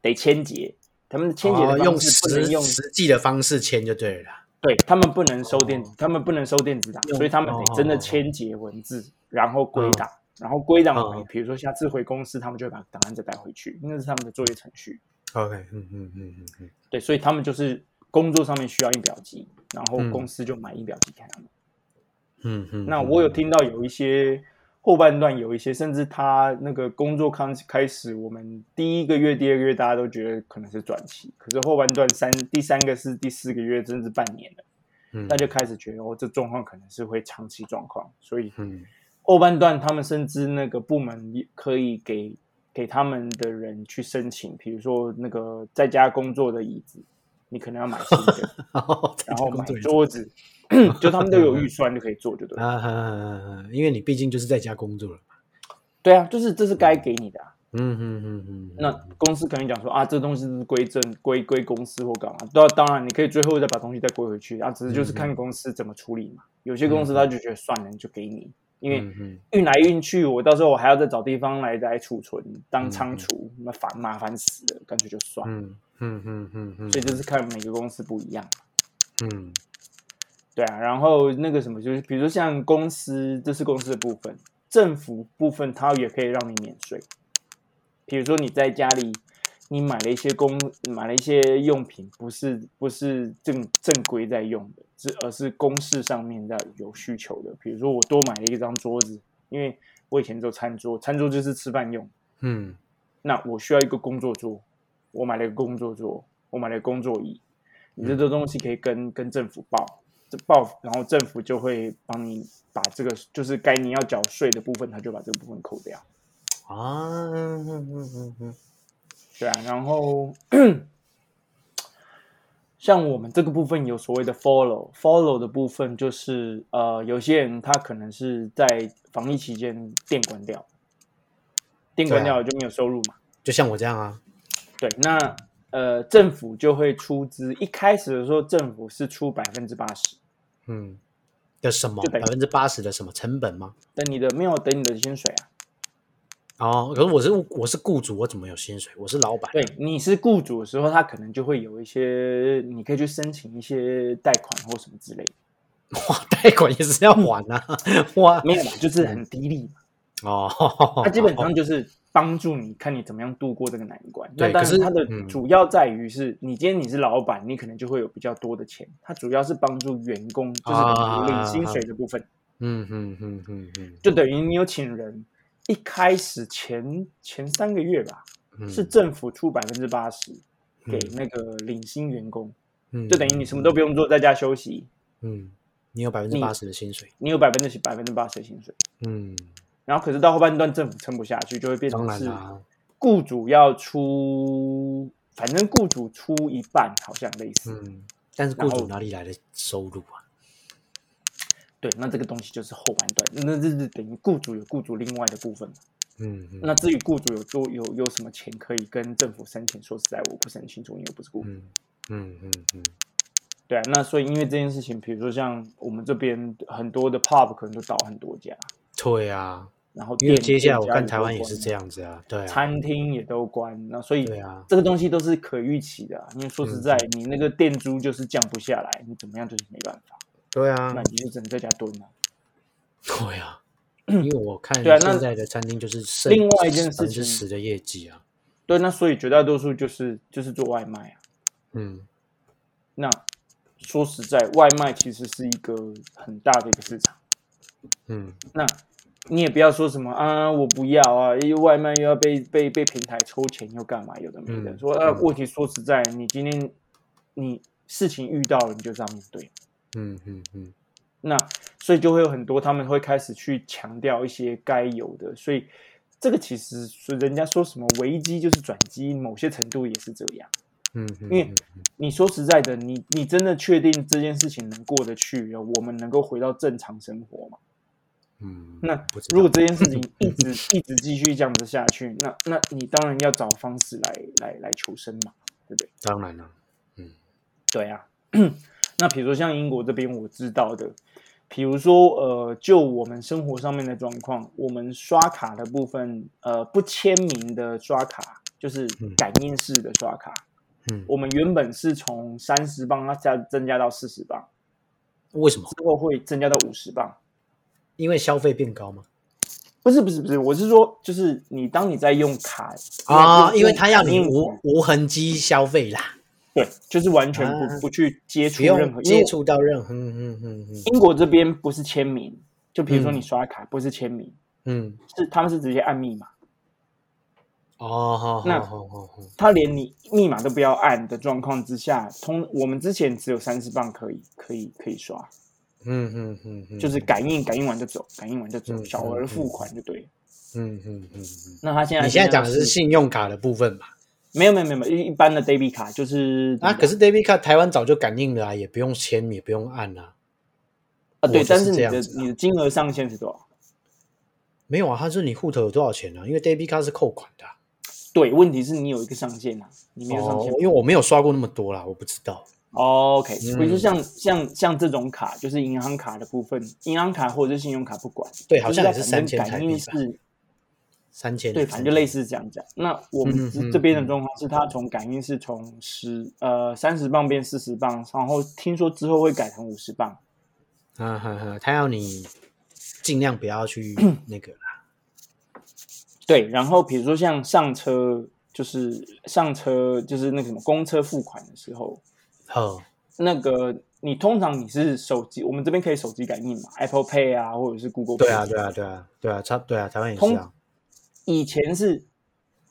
[SPEAKER 2] 得签结，他们签结的
[SPEAKER 1] 哦
[SPEAKER 2] 方式
[SPEAKER 1] 用
[SPEAKER 2] 不
[SPEAKER 1] 实
[SPEAKER 2] 能用，
[SPEAKER 1] 实际的方式签就对了啦，
[SPEAKER 2] 对他们不能收电子，
[SPEAKER 1] 哦
[SPEAKER 2] 他们不能收电子档，
[SPEAKER 1] 用
[SPEAKER 2] 所以他们
[SPEAKER 1] 哦
[SPEAKER 2] 得真的
[SPEAKER 1] 哦哦
[SPEAKER 2] 签结文字，然后归
[SPEAKER 1] 嗯
[SPEAKER 2] 档，然后归档
[SPEAKER 1] 嗯
[SPEAKER 2] 回，比如说下次回公司，他们就会把档案再带回去，那是他们的作业程序。
[SPEAKER 1] OK，嗯嗯嗯嗯嗯，
[SPEAKER 2] 对，所以他们就是工作上面需要印表机，然后
[SPEAKER 1] 嗯
[SPEAKER 2] 公司就买印表机给他们。
[SPEAKER 1] 嗯嗯。
[SPEAKER 2] 那我有
[SPEAKER 1] 嗯
[SPEAKER 2] 听到有一些后半段有一些，甚至他那个工作刚开始，我们第一个月、第二个月大家都觉得可能是转期，可是后半段三第三个是第四个月，甚至半年了，
[SPEAKER 1] 嗯
[SPEAKER 2] 大家就开始觉得哦，这状况可能是会长期状况，所以
[SPEAKER 1] 嗯
[SPEAKER 2] 后半段他们甚至那个部门也可以给给他们的人去申请，比如说那个在家工作的椅子，你可能要买新的，
[SPEAKER 1] 哦在
[SPEAKER 2] 然
[SPEAKER 1] 家
[SPEAKER 2] 后
[SPEAKER 1] 工
[SPEAKER 2] 买
[SPEAKER 1] 作也是
[SPEAKER 2] 桌子， 就他们都有预算就可以做，就对了。
[SPEAKER 1] 啊啊啊啊啊因为你毕竟就是在家工作了嘛。
[SPEAKER 2] 对啊，就是这是该给你的、啊。
[SPEAKER 1] 嗯嗯嗯嗯。
[SPEAKER 2] 那公司可能讲说啊，这东西是归正归归公司或干嘛？当当然，你可以最后再把东西再归回去，啊，只是
[SPEAKER 1] 嗯
[SPEAKER 2] 就是看公司怎么处理嘛。有些公司他就觉得算了，你就给你，因为
[SPEAKER 1] 嗯嗯
[SPEAKER 2] 运来运去，我到时候我还要再找地方来来储存当
[SPEAKER 1] 嗯
[SPEAKER 2] 仓储，那烦麻烦死了，干脆就算了。
[SPEAKER 1] 嗯嗯嗯嗯嗯，
[SPEAKER 2] 所以就是看每个公司不一样。
[SPEAKER 1] 嗯
[SPEAKER 2] 对啊，然后那个什么，就是比如说像公司，这是公司的部分，政府部分它也可以让你免税。比如说你在家里，你买了一些公买了一些用品，不是不是正正规在用的，是而是公事上面在有需求的。比如说我多买了一张桌子，因为我以前只有餐桌，餐桌就是吃饭用，
[SPEAKER 1] 嗯
[SPEAKER 2] 那我需要一个工作桌，我买了一个工作桌，我买了一个工作椅，你
[SPEAKER 1] 嗯
[SPEAKER 2] 这个东西可以跟跟政府报，这报，然后政府就会帮你把这个就是该你要缴税的部分，他就把这个部分扣掉，
[SPEAKER 1] 啊嗯嗯嗯
[SPEAKER 2] 对啊，然后 像我们这个部分有所谓的 follow follow 的部分，就是呃，有些人他可能是在防疫期间店关掉，店关
[SPEAKER 1] 对啊
[SPEAKER 2] 掉了就没有收入嘛。
[SPEAKER 1] 就像我这样啊，
[SPEAKER 2] 对，那呃，政府就会出资。一开始的时候，政府是出百分之八十，
[SPEAKER 1] 嗯，的什么
[SPEAKER 2] 就等
[SPEAKER 1] 百
[SPEAKER 2] 于
[SPEAKER 1] 分之八十的什么成本吗？
[SPEAKER 2] 等你的没有等你的薪水啊。
[SPEAKER 1] 哦，可是我是我是雇主，我怎么有薪水？我是老板。
[SPEAKER 2] 对，你是雇主的时候，他可能就会有一些，你可以去申请一些贷款或什么之类的。
[SPEAKER 1] 哇，贷款也是要还啊，哇
[SPEAKER 2] 没有嘛，就是很低利嘛。
[SPEAKER 1] 哦，
[SPEAKER 2] 它基本上就是帮助你看你怎么样度过这个难关。那
[SPEAKER 1] 对
[SPEAKER 2] 但
[SPEAKER 1] 可
[SPEAKER 2] 是
[SPEAKER 1] 是
[SPEAKER 2] 它的
[SPEAKER 1] 嗯
[SPEAKER 2] 主要在于是，你今天你是老板，你可能就会有比较多的钱。它主要是帮助员工，就是
[SPEAKER 1] 啊
[SPEAKER 2] 领薪水的部分。
[SPEAKER 1] 嗯嗯嗯嗯嗯
[SPEAKER 2] 就等于你有请人，一开始前前三个月吧，
[SPEAKER 1] 嗯，
[SPEAKER 2] 是政府出百分之八十给
[SPEAKER 1] 嗯
[SPEAKER 2] 那个领薪员工，
[SPEAKER 1] 嗯
[SPEAKER 2] 就等于你什么都不用做，在家休息，
[SPEAKER 1] 嗯，你有百分之八十的薪水，
[SPEAKER 2] 你有百分之百分之八十的薪水。
[SPEAKER 1] 嗯，
[SPEAKER 2] 然后可是到后半段政府撑不下去，就会变
[SPEAKER 1] 当
[SPEAKER 2] 成
[SPEAKER 1] 然
[SPEAKER 2] 是
[SPEAKER 1] 啦，
[SPEAKER 2] 雇主要出，反正雇主出一半，好像类似。
[SPEAKER 1] 嗯，但是
[SPEAKER 2] 然
[SPEAKER 1] 雇
[SPEAKER 2] 后
[SPEAKER 1] 主哪里来的收入啊？
[SPEAKER 2] 对，那这个东西就是后半段，那这是等于雇主有雇主另外的部分。
[SPEAKER 1] 嗯，嗯
[SPEAKER 2] 那至于雇主有多有有什么钱可以跟政府申请，说实在我不是很清楚，因为我不是雇主。
[SPEAKER 1] 嗯嗯嗯嗯
[SPEAKER 2] 对啊，那所以因为这件事情，比如说像我们这边很多的 pub 可能都倒很多家，
[SPEAKER 1] 对啊，
[SPEAKER 2] 然后
[SPEAKER 1] 因为
[SPEAKER 2] 店
[SPEAKER 1] 接下来我
[SPEAKER 2] 店家
[SPEAKER 1] 看台湾也是这
[SPEAKER 2] 样，
[SPEAKER 1] 样子啊，对啊，
[SPEAKER 2] 餐厅也都关，那所以
[SPEAKER 1] 对啊嗯
[SPEAKER 2] 这个东西都是可预期的、啊。因为说实在，你那个店租就是降不下来，你怎么样就是没办法，
[SPEAKER 1] 对啊
[SPEAKER 2] 那，你就只能在家蹲啊了、
[SPEAKER 1] 对啊，因为我看
[SPEAKER 2] 对啊那
[SPEAKER 1] 现在的餐厅就是剩
[SPEAKER 2] 另外一件事情
[SPEAKER 1] 十的业绩啊，
[SPEAKER 2] 对，那所以绝大多数就是就是做外卖啊。
[SPEAKER 1] 嗯，
[SPEAKER 2] 那说实在，外卖其实是一个很大的一个市场。
[SPEAKER 1] 嗯，
[SPEAKER 2] 那你也不要说什么啊，我不要啊，因为外卖又要被被被平台抽钱，又干嘛？有的没的。
[SPEAKER 1] 嗯
[SPEAKER 2] 说啊，
[SPEAKER 1] 嗯
[SPEAKER 2] 问题说实在，你今天你事情遇到了，你就是要面对。
[SPEAKER 1] 嗯嗯嗯，
[SPEAKER 2] 那所以就会有很多他们会开始去强调一些该有的，所以这个其实是人家说什么危机就是转机，某些程度也是这样。
[SPEAKER 1] 嗯嗯，因
[SPEAKER 2] 为你说实在的，你你真的确定这件事情能过得去，我们能够回到正常生活吗？
[SPEAKER 1] 嗯，
[SPEAKER 2] 那
[SPEAKER 1] 不知
[SPEAKER 2] 如果
[SPEAKER 1] 道
[SPEAKER 2] 这件事情一直一直继续这样子下去，那那你当然要找方式来来来求生嘛，对不对？
[SPEAKER 1] 当然了，
[SPEAKER 2] 对啊， 那比如说像英国这边我知道的，比如说呃，就我们生活上面的状况，我们刷卡的部分，呃，不签名的刷卡就是
[SPEAKER 1] 嗯
[SPEAKER 2] 感应式的刷卡，
[SPEAKER 1] 嗯，
[SPEAKER 2] 我们原本是从三十磅它加增加到四十磅，
[SPEAKER 1] 为什么？
[SPEAKER 2] 之后会增加到五十磅。
[SPEAKER 1] 因为消费变高嘛。
[SPEAKER 2] 不是不是不是，我是说，就是你当你在用卡
[SPEAKER 1] 啊，
[SPEAKER 2] 用
[SPEAKER 1] 因为他要你
[SPEAKER 2] 用
[SPEAKER 1] 无无痕迹消费啦，
[SPEAKER 2] 对，就是完全不、
[SPEAKER 1] 啊
[SPEAKER 2] 不去接触
[SPEAKER 1] 不
[SPEAKER 2] 任
[SPEAKER 1] 用
[SPEAKER 2] 何因为
[SPEAKER 1] 接触到任何，嗯嗯嗯
[SPEAKER 2] 英国这边不是签名，就比如说
[SPEAKER 1] 嗯
[SPEAKER 2] 你刷卡、不是签名，
[SPEAKER 1] 嗯，嗯，
[SPEAKER 2] 是他们是直接按密码，
[SPEAKER 1] 哦，好
[SPEAKER 2] 那
[SPEAKER 1] 好好好好，
[SPEAKER 2] 他连你密码都不要按的状况之下，通我们之前只有三十磅可以可以可以刷，
[SPEAKER 1] 嗯嗯嗯嗯，
[SPEAKER 2] 就是感应感应完就走，感应完就走，
[SPEAKER 1] 嗯
[SPEAKER 2] 小额付款就对了。
[SPEAKER 1] 嗯嗯嗯嗯，
[SPEAKER 2] 那他现在
[SPEAKER 1] 你现在讲的是信用卡的部分吧？
[SPEAKER 2] 没有没有没有没有一一般的 debit 卡就是
[SPEAKER 1] 啊，可是 David 卡台湾早就感应了啊，也不用签，也不用按啊，
[SPEAKER 2] 啊对，
[SPEAKER 1] 我就是
[SPEAKER 2] 但是你
[SPEAKER 1] 这样
[SPEAKER 2] 的
[SPEAKER 1] 子啊
[SPEAKER 2] 你的金额上限是多少？
[SPEAKER 1] 没有啊，他是你户头有多少钱啊？因为 David 卡是扣款的啊、
[SPEAKER 2] 对，问题是你有一个上限啊，你没有上
[SPEAKER 1] 哦
[SPEAKER 2] 限。，
[SPEAKER 1] 因为我没有刷过那么多啦，我不知道，
[SPEAKER 2] 哦 OK，
[SPEAKER 1] 嗯
[SPEAKER 2] 比如说像像像这种卡，就是银行卡的部分，银行卡或者是信用卡不管，
[SPEAKER 1] 对好像也是
[SPEAKER 2] 就是它反
[SPEAKER 1] 3000
[SPEAKER 2] 正感应
[SPEAKER 1] 台币
[SPEAKER 2] 是，
[SPEAKER 1] 三千，
[SPEAKER 2] 对，反正就类似这样讲。那我们
[SPEAKER 1] 嗯嗯
[SPEAKER 2] 这
[SPEAKER 1] 嗯
[SPEAKER 2] 这边的状况是，它从感应是从十呃三十磅变四十磅，然后听说之后会改成五十磅。
[SPEAKER 1] 啊哈哈，他要你尽量不要 去那个啦，
[SPEAKER 2] 对，然后比如说像上车，就是上车就是那个什么公车付款的时候，
[SPEAKER 1] 哦，
[SPEAKER 2] 那个你通常你是手机，我们这边可以手机感应嘛，Apple Pay 啊，或者是 Google Pay
[SPEAKER 1] 对啊对啊对啊对啊，差对啊，台湾也是啊
[SPEAKER 2] 通，以前是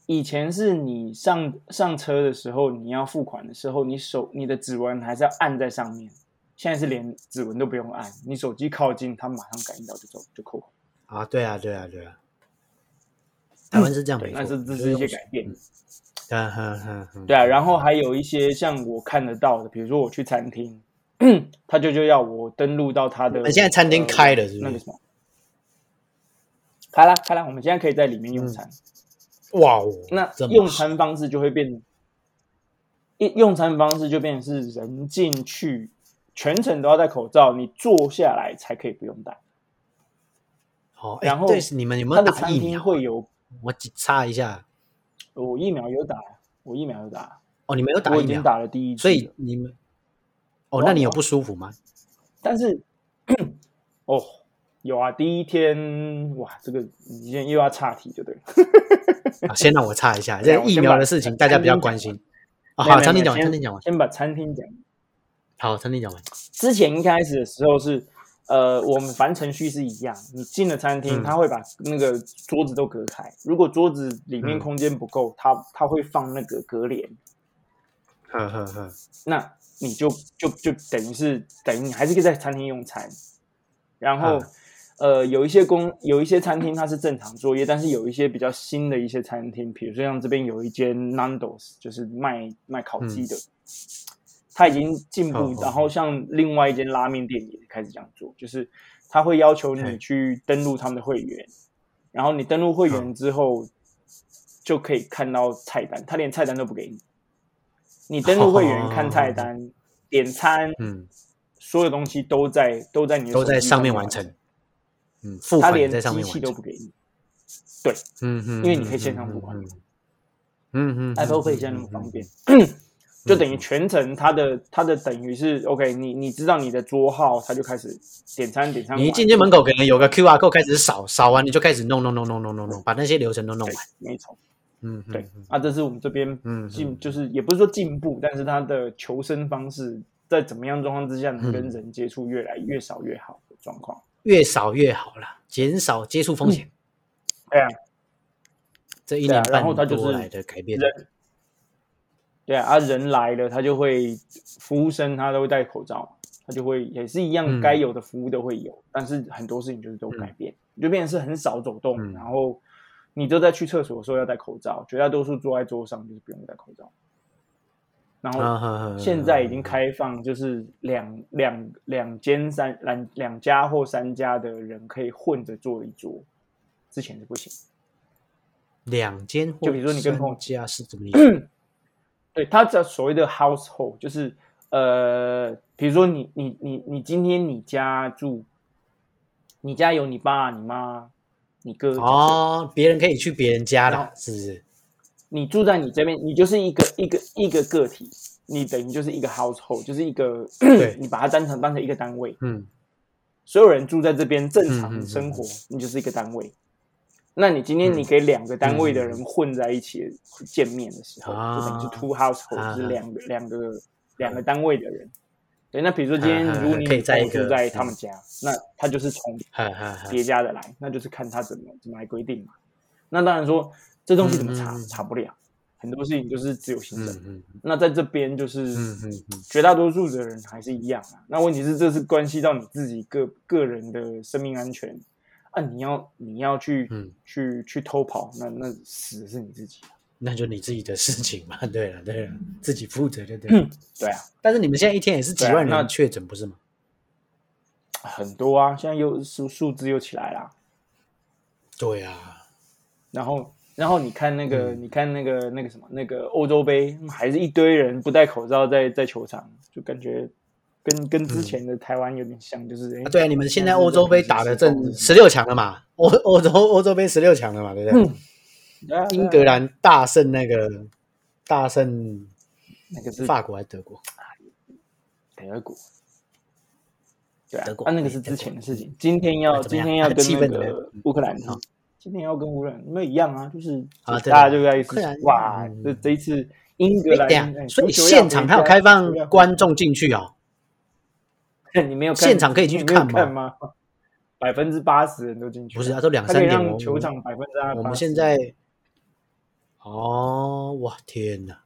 [SPEAKER 2] 以前是你上上车的时候，你要付款的时候，你手你的指纹还是要按在上面。现在是连指纹都不用按，你手机靠近，它马上感应到就走就扣款。
[SPEAKER 1] 啊，对啊，对啊，对啊，台湾是这样没
[SPEAKER 2] 对，
[SPEAKER 1] 错，嗯
[SPEAKER 2] 那这这
[SPEAKER 1] 就是
[SPEAKER 2] 一些
[SPEAKER 1] 用
[SPEAKER 2] 改变。
[SPEAKER 1] 手，啊哈哈哈，
[SPEAKER 2] 对啊，然后还有一些像我看得到的，比如说我去餐厅，他就就要我登录到他的。呃
[SPEAKER 1] 你现在餐厅开了是不是
[SPEAKER 2] 那个什么？开啦开啦，我们现在可以在里面用餐。
[SPEAKER 1] 哇哦，
[SPEAKER 2] 那
[SPEAKER 1] 这么
[SPEAKER 2] 用
[SPEAKER 1] 好
[SPEAKER 2] 餐方式就会变，一用餐方式就变成是人进去，全程都要戴口罩，你坐下来才可以不用戴。
[SPEAKER 1] 哦，哎
[SPEAKER 2] 然后
[SPEAKER 1] 对你们有没
[SPEAKER 2] 它
[SPEAKER 1] 有
[SPEAKER 2] 的
[SPEAKER 1] 打
[SPEAKER 2] 餐
[SPEAKER 1] 疫
[SPEAKER 2] 厅
[SPEAKER 1] 苗？啊
[SPEAKER 2] 会有，
[SPEAKER 1] 我只插一下，
[SPEAKER 2] 我疫苗有打，我疫苗有打，
[SPEAKER 1] 哦，你们有打
[SPEAKER 2] 我
[SPEAKER 1] 疫
[SPEAKER 2] 已经
[SPEAKER 1] 苗，
[SPEAKER 2] 打了第一剂
[SPEAKER 1] 所
[SPEAKER 2] 了，
[SPEAKER 1] 以你们，哦
[SPEAKER 2] 有，啊
[SPEAKER 1] 那你
[SPEAKER 2] 有
[SPEAKER 1] 有
[SPEAKER 2] 啊
[SPEAKER 1] 不舒服吗？
[SPEAKER 2] 但是哦。有啊，第一天哇，这个你现在又要岔题就对了。
[SPEAKER 1] 啊，先让我插一 下，
[SPEAKER 2] 对啊
[SPEAKER 1] 这
[SPEAKER 2] 我
[SPEAKER 1] 疫
[SPEAKER 2] 先
[SPEAKER 1] 苗
[SPEAKER 2] 把
[SPEAKER 1] 的事情大家比较关心。啊，好，餐
[SPEAKER 2] 没
[SPEAKER 1] 厅
[SPEAKER 2] 有没有
[SPEAKER 1] 讲完，餐
[SPEAKER 2] 先
[SPEAKER 1] 厅讲完，
[SPEAKER 2] 先把餐厅讲
[SPEAKER 1] 好，餐厅讲完，
[SPEAKER 2] 之前一开始的时候是，呃，我们凡程序是一样，你进了餐厅，
[SPEAKER 1] 嗯
[SPEAKER 2] 他会把那个桌子都隔开。如果桌子里面
[SPEAKER 1] 嗯
[SPEAKER 2] 空间不够，他他会放那个隔帘，
[SPEAKER 1] 呵呵呵，
[SPEAKER 2] 那你就就就等于是等于你还是可以在餐厅用餐。然后，
[SPEAKER 1] 嗯
[SPEAKER 2] 呃，有一些公有一些餐厅它是正常作业，但是有一些比较新的一些餐厅，比如说像这边有一间 Nando's，就是卖卖烤鸡的。它已经进步，
[SPEAKER 1] 哦哦
[SPEAKER 2] 然后像另外一间拉面店也开始这样做，就是他会要求你
[SPEAKER 1] 嘿
[SPEAKER 2] 去登录他们的会员，然后你登录会员之后，就可以看到菜单，他连菜单都不给你。你登录会员看菜单、点餐，
[SPEAKER 1] 嗯，
[SPEAKER 2] 所有东西都在都在你的
[SPEAKER 1] 都在
[SPEAKER 2] 手机
[SPEAKER 1] 上面
[SPEAKER 2] 面
[SPEAKER 1] 完
[SPEAKER 2] 成，
[SPEAKER 1] 成，嗯，付
[SPEAKER 2] 他
[SPEAKER 1] 款也
[SPEAKER 2] 连
[SPEAKER 1] 在上
[SPEAKER 2] 机
[SPEAKER 1] 面
[SPEAKER 2] 器
[SPEAKER 1] 完
[SPEAKER 2] 都
[SPEAKER 1] 成，
[SPEAKER 2] 不给你。
[SPEAKER 1] 嗯嗯，
[SPEAKER 2] 因为你可以线上付款
[SPEAKER 1] 嗯嗯嗯嗯嗯嗯嗯嗯
[SPEAKER 2] Apple Pay 现在那么方便， 就等于全程他的他的等于是 OK，你你知道你的桌号，他就开始点餐点餐完。
[SPEAKER 1] 你一进去门口，可能有个 QR code 开始扫，扫完你就开始弄弄弄弄弄弄弄，把那些流程都弄
[SPEAKER 2] 对
[SPEAKER 1] 完。
[SPEAKER 2] 没错，
[SPEAKER 1] 嗯，嗯
[SPEAKER 2] 对
[SPEAKER 1] 嗯
[SPEAKER 2] 啊，这是我们这边
[SPEAKER 1] 嗯
[SPEAKER 2] 进，
[SPEAKER 1] 嗯
[SPEAKER 2] 就是也不是说进步，但是他的求生方式在怎么样状况之下能跟
[SPEAKER 1] 嗯
[SPEAKER 2] 人接触越来越少越好的状况。
[SPEAKER 1] 越少越好啦，减少接触风险。
[SPEAKER 2] 嗯对啊，
[SPEAKER 1] 这一
[SPEAKER 2] 对啊
[SPEAKER 1] 年
[SPEAKER 2] 然
[SPEAKER 1] 半
[SPEAKER 2] 后他就
[SPEAKER 1] 多
[SPEAKER 2] 是
[SPEAKER 1] 来的改变，
[SPEAKER 2] 人对啊，啊人来了，他就会服务生他都会戴口罩，他就会也是一样，
[SPEAKER 1] 嗯
[SPEAKER 2] 该有的服务都会有，但是很多事情就是都改变，就变成是很少走动，
[SPEAKER 1] 嗯
[SPEAKER 2] 然后你都在去厕所的时候要戴口罩，绝大多数坐在桌上就是不用戴口罩，然后
[SPEAKER 1] 啊
[SPEAKER 2] 现在已经，开放，就是两两两间三两两家或三家的人可以混着坐一桌，之前是不行。
[SPEAKER 1] 两间或
[SPEAKER 2] 就比如说你跟朋友
[SPEAKER 1] 三家是怎么 意思？
[SPEAKER 2] 对，它这所谓的 household 就是呃，比如说你你你你今天你家住，你家有你爸、你妈、你哥，
[SPEAKER 1] 哦，别人可以去别人家
[SPEAKER 2] 然
[SPEAKER 1] 啦
[SPEAKER 2] 后，
[SPEAKER 1] 是不是？
[SPEAKER 2] 你住在你这边，你就是一个一个一个个体，你等于就是一个 household，就是一个
[SPEAKER 1] 对
[SPEAKER 2] 你把它当成当成一个单位，
[SPEAKER 1] 嗯
[SPEAKER 2] 所有人住在这边正常
[SPEAKER 1] 嗯嗯
[SPEAKER 2] 生活，你就是一个单位。那你今天你给两个单位的人混在一起见面的时候，
[SPEAKER 1] 啊
[SPEAKER 2] 就等于是 two household，、
[SPEAKER 1] 啊
[SPEAKER 2] 就是两个两个两个单位的人。对，那比如说今天
[SPEAKER 1] 啊啊啊
[SPEAKER 2] 如果你
[SPEAKER 1] 可以在一个嗯
[SPEAKER 2] 住在他们家，那他就是从
[SPEAKER 1] 哈哈哈，
[SPEAKER 2] 别家的来，那就是看他怎么怎么来规定嘛。那当然说这东西怎么查、
[SPEAKER 1] 嗯嗯嗯
[SPEAKER 2] 查不了，很多事情就是自由行
[SPEAKER 1] 嗯
[SPEAKER 2] 政。
[SPEAKER 1] 嗯
[SPEAKER 2] 那在这边就是
[SPEAKER 1] 嗯嗯嗯，
[SPEAKER 2] 绝大多数的人还是一样啊。那问题是，这是关系到你自己个个人的生命安全啊！你要你要去、
[SPEAKER 1] 嗯
[SPEAKER 2] 去去偷跑，那那死的是你自己、啊。
[SPEAKER 1] 那就你自己的事情嘛。对了对了，自己负责就对了。
[SPEAKER 2] 对啊，
[SPEAKER 1] 但是你们现在一天也是几
[SPEAKER 2] 对啊
[SPEAKER 1] 万
[SPEAKER 2] 那
[SPEAKER 1] 人确诊，不是吗？
[SPEAKER 2] 很多啊，现在又数数字又起来啦。
[SPEAKER 1] 对啊，
[SPEAKER 2] 然后然后你看那个、
[SPEAKER 1] 嗯
[SPEAKER 2] 你看那个那个什么那个欧洲杯，还是一堆人不戴口罩在在球场，就感觉跟跟之前的台湾有点像，就是哎、
[SPEAKER 1] 嗯啊对啊，你们现在
[SPEAKER 2] 现在
[SPEAKER 1] 欧洲杯打的正十六强了嘛？欧欧洲欧洲杯十六强了嘛？对
[SPEAKER 2] 嗯
[SPEAKER 1] 不对？
[SPEAKER 2] 对啊对啊
[SPEAKER 1] 英格兰大胜那个大胜
[SPEAKER 2] 那个是
[SPEAKER 1] 法国还是德国？
[SPEAKER 2] 德国，对啊
[SPEAKER 1] 德，国
[SPEAKER 2] 啊，那个
[SPEAKER 1] 哎
[SPEAKER 2] 是
[SPEAKER 1] 德国
[SPEAKER 2] 之前的事情。今天要
[SPEAKER 1] 哎怎么
[SPEAKER 2] 今
[SPEAKER 1] 样
[SPEAKER 2] 天要跟
[SPEAKER 1] 气
[SPEAKER 2] 那
[SPEAKER 1] 氛怎么样
[SPEAKER 2] 个乌克兰
[SPEAKER 1] 好，
[SPEAKER 2] 今天要跟乌克兰没有一样啊，就是
[SPEAKER 1] 啊
[SPEAKER 2] 就是
[SPEAKER 1] 对
[SPEAKER 2] 大
[SPEAKER 1] 啊
[SPEAKER 2] 家就在一
[SPEAKER 1] 乌克兰
[SPEAKER 2] 起哇，
[SPEAKER 1] 嗯
[SPEAKER 2] 这这一次英格
[SPEAKER 1] 哎，
[SPEAKER 2] 兰
[SPEAKER 1] 等一
[SPEAKER 2] 哎
[SPEAKER 1] 下，所以
[SPEAKER 2] 足球要
[SPEAKER 1] 现场
[SPEAKER 2] 回
[SPEAKER 1] 它有
[SPEAKER 2] 家
[SPEAKER 1] 开放
[SPEAKER 2] 足球要回
[SPEAKER 1] 观众进去哦。
[SPEAKER 2] 家你没有看
[SPEAKER 1] 现场可以进去
[SPEAKER 2] 你没有
[SPEAKER 1] 看吗
[SPEAKER 2] 看吗？ 百分之八十人都进去了，
[SPEAKER 1] 不是，啊，都两
[SPEAKER 2] 它可
[SPEAKER 1] 三
[SPEAKER 2] 以
[SPEAKER 1] 点了。
[SPEAKER 2] 让
[SPEAKER 1] 我
[SPEAKER 2] 球
[SPEAKER 1] 们
[SPEAKER 2] 场百分之八十。
[SPEAKER 1] 我们现在，哦，哇，天哪！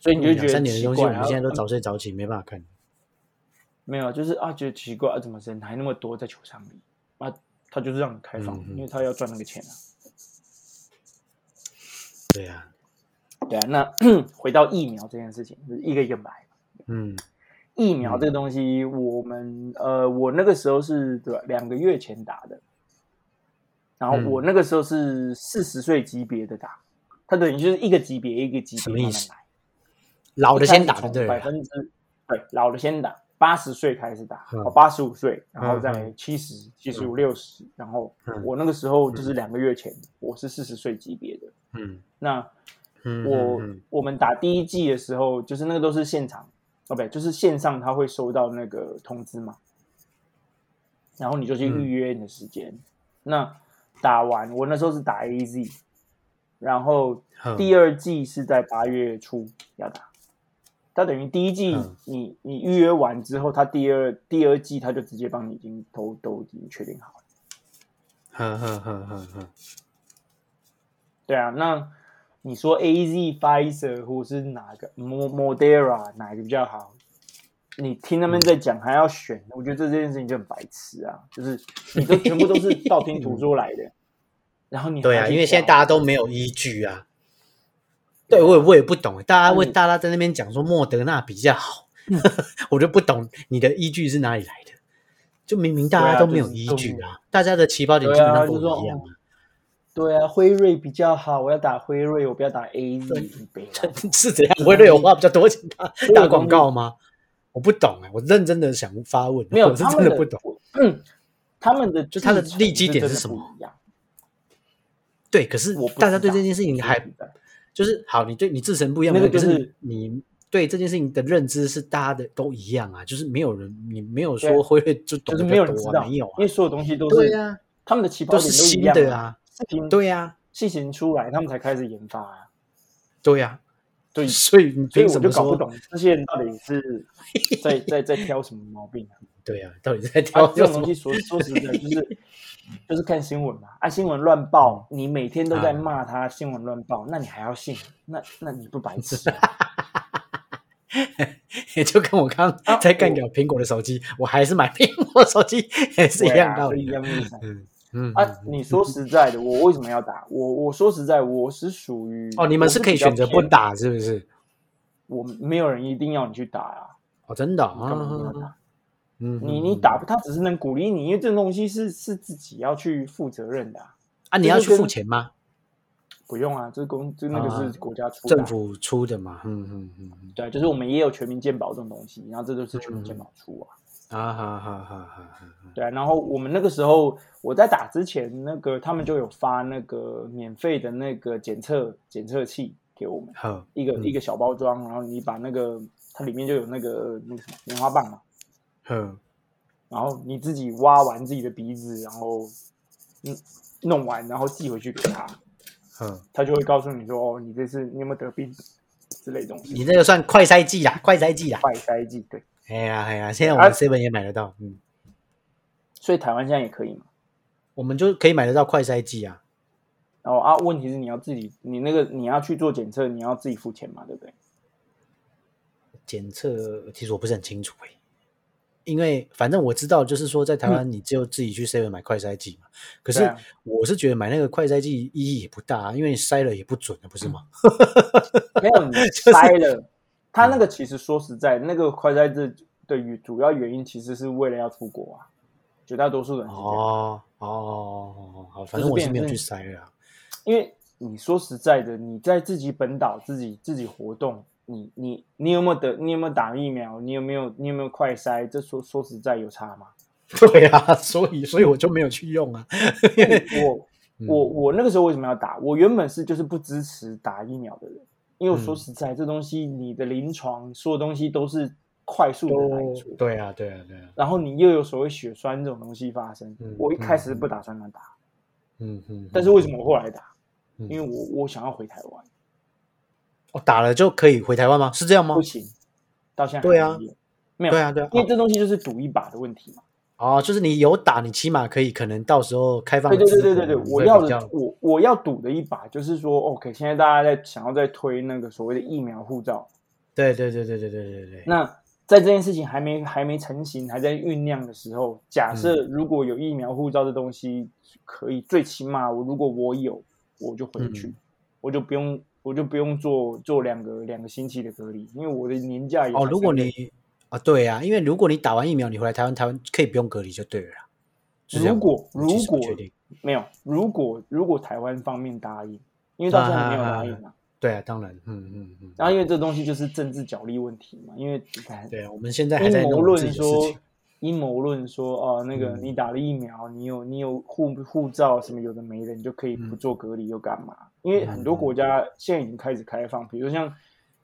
[SPEAKER 2] 所以你就觉
[SPEAKER 1] 两
[SPEAKER 2] 得
[SPEAKER 1] 三点的
[SPEAKER 2] 奇
[SPEAKER 1] 东西，
[SPEAKER 2] 怪
[SPEAKER 1] 我
[SPEAKER 2] 啊
[SPEAKER 1] 们现在都早睡早起，没办法看。
[SPEAKER 2] 没有，就是啊，觉得奇怪，啊、怎么人还那么多在球场里啊？他就是让你开放，
[SPEAKER 1] 嗯嗯
[SPEAKER 2] 因为他要赚那个钱啊。
[SPEAKER 1] 对啊，
[SPEAKER 2] 对啊，那 回到疫苗这件事情，就是一个一个买。
[SPEAKER 1] 嗯
[SPEAKER 2] 疫苗这个东西，我们呃，我那个时候是对吧，两个月前打的，然后
[SPEAKER 1] 嗯
[SPEAKER 2] 我那个时候是四十岁级别的打，它等于就是一个级别一个级
[SPEAKER 1] 什么
[SPEAKER 2] 别慢慢
[SPEAKER 1] 意思
[SPEAKER 2] 来。
[SPEAKER 1] 老的先打就对
[SPEAKER 2] 从
[SPEAKER 1] 了
[SPEAKER 2] 百
[SPEAKER 1] 啦。
[SPEAKER 2] 分之对老的先打，八十岁开始打，
[SPEAKER 1] 嗯
[SPEAKER 2] 哦，八十五岁，然后
[SPEAKER 1] 嗯
[SPEAKER 2] 再
[SPEAKER 1] 嗯
[SPEAKER 2] 七十、七十五、六十，然后
[SPEAKER 1] 嗯
[SPEAKER 2] 我那个时候就是两个月前，我是四十岁级别的，
[SPEAKER 1] 嗯
[SPEAKER 2] 那
[SPEAKER 1] 嗯，
[SPEAKER 2] 我
[SPEAKER 1] 嗯
[SPEAKER 2] 我们打第一季的时候，就是那个都是现场，哦不对，就是线上他会收到那个通知嘛，然后你就去
[SPEAKER 1] 嗯
[SPEAKER 2] 预约你的时间。那打完，我那时候是打 A Z，然后
[SPEAKER 1] 嗯
[SPEAKER 2] 第二季是在八月初要打。它等于第一季
[SPEAKER 1] 嗯
[SPEAKER 2] 你你预约完之后，它第二第二季它就直接帮你已经都都已经确定好了。
[SPEAKER 1] 哼哼哼哼哼，
[SPEAKER 2] 对啊，那你说 A Z、Pfizer 或是哪个
[SPEAKER 1] 嗯
[SPEAKER 2] Mo- Moderna 哪个比较好？你听他们
[SPEAKER 1] 嗯
[SPEAKER 2] 在讲还要选，我觉得这件事情就很白痴啊！ 就是你都全部都是道听途说来的，然后你
[SPEAKER 1] 嗯对啊，因为现在大
[SPEAKER 2] 家
[SPEAKER 1] 家都没有依据啊。对，我也我也不懂，大家
[SPEAKER 2] 嗯
[SPEAKER 1] 问大家在那边讲说莫德纳比较好， 我就不懂你的依据是哪里来的。就明明大
[SPEAKER 2] 对啊
[SPEAKER 1] 家都没有
[SPEAKER 2] 就是
[SPEAKER 1] 依
[SPEAKER 2] 就是
[SPEAKER 1] 据啊，大家的起跑点基
[SPEAKER 2] 对
[SPEAKER 1] 本
[SPEAKER 2] 啊，
[SPEAKER 1] 上
[SPEAKER 2] 就
[SPEAKER 1] 都
[SPEAKER 2] 说
[SPEAKER 1] 一样
[SPEAKER 2] 哦。对啊，辉瑞比较好，我要打辉瑞，我不要打 A Z
[SPEAKER 1] 对
[SPEAKER 2] 一杯啊。
[SPEAKER 1] 是怎样？会对我花比较多钱打
[SPEAKER 2] 所以我
[SPEAKER 1] 打广告吗？我不懂哎、我认真的想发问，
[SPEAKER 2] 没有，
[SPEAKER 1] 我是
[SPEAKER 2] 他们
[SPEAKER 1] 真的不懂。。
[SPEAKER 2] 嗯， 他们的
[SPEAKER 1] 就他的
[SPEAKER 2] 制程
[SPEAKER 1] 立基点
[SPEAKER 2] 真的
[SPEAKER 1] 是什么
[SPEAKER 2] 不一样？
[SPEAKER 1] 对，可是
[SPEAKER 2] 我不
[SPEAKER 1] 大家
[SPEAKER 2] 知
[SPEAKER 1] 对
[SPEAKER 2] 道
[SPEAKER 1] 这件事情还就是好，你对你自身不一样，
[SPEAKER 2] 那个
[SPEAKER 1] 可
[SPEAKER 2] 就是
[SPEAKER 1] 是你对这件事情的认知是大家的都一样啊，就是没有人你没有
[SPEAKER 2] 对啊
[SPEAKER 1] 说辉瑞就
[SPEAKER 2] 就
[SPEAKER 1] 懂
[SPEAKER 2] 是
[SPEAKER 1] 得
[SPEAKER 2] 没有人
[SPEAKER 1] 比较
[SPEAKER 2] 知
[SPEAKER 1] 多啊
[SPEAKER 2] 道，
[SPEAKER 1] 啊，没有
[SPEAKER 2] 因为
[SPEAKER 1] 啊，
[SPEAKER 2] 所有东西都是
[SPEAKER 1] 对啊，
[SPEAKER 2] 他们的起跑
[SPEAKER 1] 都
[SPEAKER 2] 点
[SPEAKER 1] 是
[SPEAKER 2] 一
[SPEAKER 1] 新
[SPEAKER 2] 样
[SPEAKER 1] 的，啊，
[SPEAKER 2] 视频
[SPEAKER 1] 对啊，
[SPEAKER 2] 细行出来，他们才开始研发、啊。
[SPEAKER 1] 对呀、
[SPEAKER 2] 对，嗯
[SPEAKER 1] 所
[SPEAKER 2] 所
[SPEAKER 1] 以你
[SPEAKER 2] 以
[SPEAKER 1] 凭
[SPEAKER 2] 我
[SPEAKER 1] 什
[SPEAKER 2] 就
[SPEAKER 1] 么
[SPEAKER 2] 搞不
[SPEAKER 1] 说？
[SPEAKER 2] 懂这些人到底是 在在在挑什么毛病啊？
[SPEAKER 1] 对呀、到底在挑
[SPEAKER 2] 啊，这
[SPEAKER 1] 挑
[SPEAKER 2] 种
[SPEAKER 1] 什
[SPEAKER 2] 东
[SPEAKER 1] 么？
[SPEAKER 2] 西说说实在就是 就是看新闻嘛，啊，新闻乱报，
[SPEAKER 1] 嗯
[SPEAKER 2] 你每天都在骂他新闻乱报，那你还要信？那那你不白痴啊吗？
[SPEAKER 1] 也 就跟我刚
[SPEAKER 2] 啊
[SPEAKER 1] 刚在干掉苹果的手机，我还是买苹果手机，也 是一样道
[SPEAKER 2] 对啊
[SPEAKER 1] 理
[SPEAKER 2] 一
[SPEAKER 1] 的。
[SPEAKER 2] 样意思啊。
[SPEAKER 1] 嗯嗯
[SPEAKER 2] 啊，你说实在的，我为什么要打？我我说实在，我是属于
[SPEAKER 1] 哦，你们是可以选择不
[SPEAKER 2] 我是比较偏，
[SPEAKER 1] 打，是不是？
[SPEAKER 2] 我没有人一定要你去打啊，
[SPEAKER 1] 哦，真的、
[SPEAKER 2] 你干嘛一定要
[SPEAKER 1] 哦，
[SPEAKER 2] 打？
[SPEAKER 1] 嗯，
[SPEAKER 2] 你你打，他只是能鼓励你，因为这种东西是是自己要去负责任的、啊，
[SPEAKER 1] 啊？你
[SPEAKER 2] 就
[SPEAKER 1] 要
[SPEAKER 2] 是
[SPEAKER 1] 去付
[SPEAKER 2] 跟
[SPEAKER 1] 钱吗？
[SPEAKER 2] 不用啊，这公这那个
[SPEAKER 1] 啊
[SPEAKER 2] 是国家出的啊、
[SPEAKER 1] 政府出的嘛？嗯嗯嗯嗯，
[SPEAKER 2] 对，啊就是我们也有全民健保这种东西，然后这都是全民健保出啊，
[SPEAKER 1] 啊哈哈哈哈哈哈，
[SPEAKER 2] 对啊，然后我们那个时候我在打之前，那个他们就有发那个免费的那个检测检测器给我们，
[SPEAKER 1] 好，
[SPEAKER 2] 一个、
[SPEAKER 1] 嗯
[SPEAKER 2] 一个小包装，然后你把那个它里面就有那个那个什么棉花棒嘛，
[SPEAKER 1] 好，
[SPEAKER 2] 然后你自己挖完自己的鼻子，然后嗯弄完，然后寄回去给他，
[SPEAKER 1] 好，
[SPEAKER 2] 他就会告诉你说哦，你这次你有没有得病之类的东西，
[SPEAKER 1] 你那个算快筛剂啦，快筛剂啦。
[SPEAKER 2] 快筛剂对，
[SPEAKER 1] 哎呀哎呀，现在我们
[SPEAKER 2] 啊
[SPEAKER 1] seven 也买得到，嗯，
[SPEAKER 2] 所以台湾现在也可以嘛。
[SPEAKER 1] 我们就可以买得到快筛剂啊。
[SPEAKER 2] 然后啊，问题是你要自己，你那个你要去做检测，你要自己付钱嘛，对不对？
[SPEAKER 1] 检测其实我不是很清楚哎、因为反正我知道，就是说在台湾你只有自己去 seven 买快筛剂嘛。可
[SPEAKER 2] 对
[SPEAKER 1] 是
[SPEAKER 2] 啊
[SPEAKER 1] 我是觉得买那个快筛剂意义也不大、啊，因为你筛了也不准的，不是吗？
[SPEAKER 2] 没有 你
[SPEAKER 1] 就是
[SPEAKER 2] 塞了，他那个其实说实在，那个快筛这的原主要原因其实是为了要出国啊，绝大多数人是这样。
[SPEAKER 1] 哦哦，好，反
[SPEAKER 2] 就是
[SPEAKER 1] 正我是
[SPEAKER 2] 变
[SPEAKER 1] 没有
[SPEAKER 2] 成
[SPEAKER 1] 去
[SPEAKER 2] 是
[SPEAKER 1] 筛了啊、
[SPEAKER 2] 因为你说实在的，你在自己本岛自己自己活动，你你你有没有得？你有没有打疫苗？你有没有你有没有快筛？这说说实在有差 吗？
[SPEAKER 1] 对啊，所以所以我就没有去用啊。
[SPEAKER 2] 我
[SPEAKER 1] 嗯
[SPEAKER 2] 我我那个时候为什么要打？我原本是就是不支持打疫苗的人，因为我说
[SPEAKER 1] 嗯
[SPEAKER 2] 实在，这东西你的临床所有东西都是快速的来出，
[SPEAKER 1] 对啊，对啊，对啊，
[SPEAKER 2] 然后你又有所谓血栓这种东西发生
[SPEAKER 1] 嗯，
[SPEAKER 2] 我一开始不打算乱打，
[SPEAKER 1] 嗯嗯。
[SPEAKER 2] 但是为什么我后来打？
[SPEAKER 1] 嗯
[SPEAKER 2] 因为我我想要回台湾，
[SPEAKER 1] 我、哦、打了就可以回台湾吗？是这样吗
[SPEAKER 2] 不？行，到现在
[SPEAKER 1] 哦
[SPEAKER 2] 还
[SPEAKER 1] 对啊
[SPEAKER 2] 没有，没有
[SPEAKER 1] 对，啊，对啊。
[SPEAKER 2] 因为这东西就是赌一把的问题嘛。
[SPEAKER 1] 哦，就是你有打，你起码可以，可能到时候开放
[SPEAKER 2] 对对
[SPEAKER 1] 资
[SPEAKER 2] 对
[SPEAKER 1] 格
[SPEAKER 2] 对
[SPEAKER 1] 嘛。
[SPEAKER 2] 对对，
[SPEAKER 1] 你
[SPEAKER 2] 我
[SPEAKER 1] 会
[SPEAKER 2] 要
[SPEAKER 1] 比
[SPEAKER 2] 的
[SPEAKER 1] 较
[SPEAKER 2] 我我要赌的一把就是说，OK，现在大家在想要在推那个所谓的疫苗护照，
[SPEAKER 1] 对对对对对对对对。
[SPEAKER 2] 那在这件事情还没还没成型，还在酝酿的时候，假设
[SPEAKER 1] 嗯
[SPEAKER 2] 如果有疫苗护照的东西，可以最起码我如果我有，我就回
[SPEAKER 1] 嗯
[SPEAKER 2] 去，我就不用我就不用做做两个两个星期的隔离，因为我的年假也
[SPEAKER 1] 哦，
[SPEAKER 2] 才
[SPEAKER 1] 如果
[SPEAKER 2] 三个
[SPEAKER 1] 你啊，对啊，因为如果你打完疫苗，你回来台湾，台湾可以不用隔离就对了啦。是这样
[SPEAKER 2] 如果
[SPEAKER 1] 吗其
[SPEAKER 2] 如
[SPEAKER 1] 实
[SPEAKER 2] 果
[SPEAKER 1] 我确定，
[SPEAKER 2] 没有，如果如果台湾方面答应，因为到现在没有答应嘛，
[SPEAKER 1] 对啊，当然，嗯嗯嗯，
[SPEAKER 2] 然后因为这东西就是政治角力问题嘛，因为你看
[SPEAKER 1] 对啊，我们现在还
[SPEAKER 2] 阴
[SPEAKER 1] 在
[SPEAKER 2] 谋
[SPEAKER 1] 弄我们自
[SPEAKER 2] 论
[SPEAKER 1] 己的事
[SPEAKER 2] 说
[SPEAKER 1] 情。，嗯
[SPEAKER 2] 阴谋论说，哦、那个你打了疫苗，你有你有护护照什么有的没的，你就可以
[SPEAKER 1] 嗯
[SPEAKER 2] 不做隔离又干嘛？因为很多国家现在已经开始开放，比如像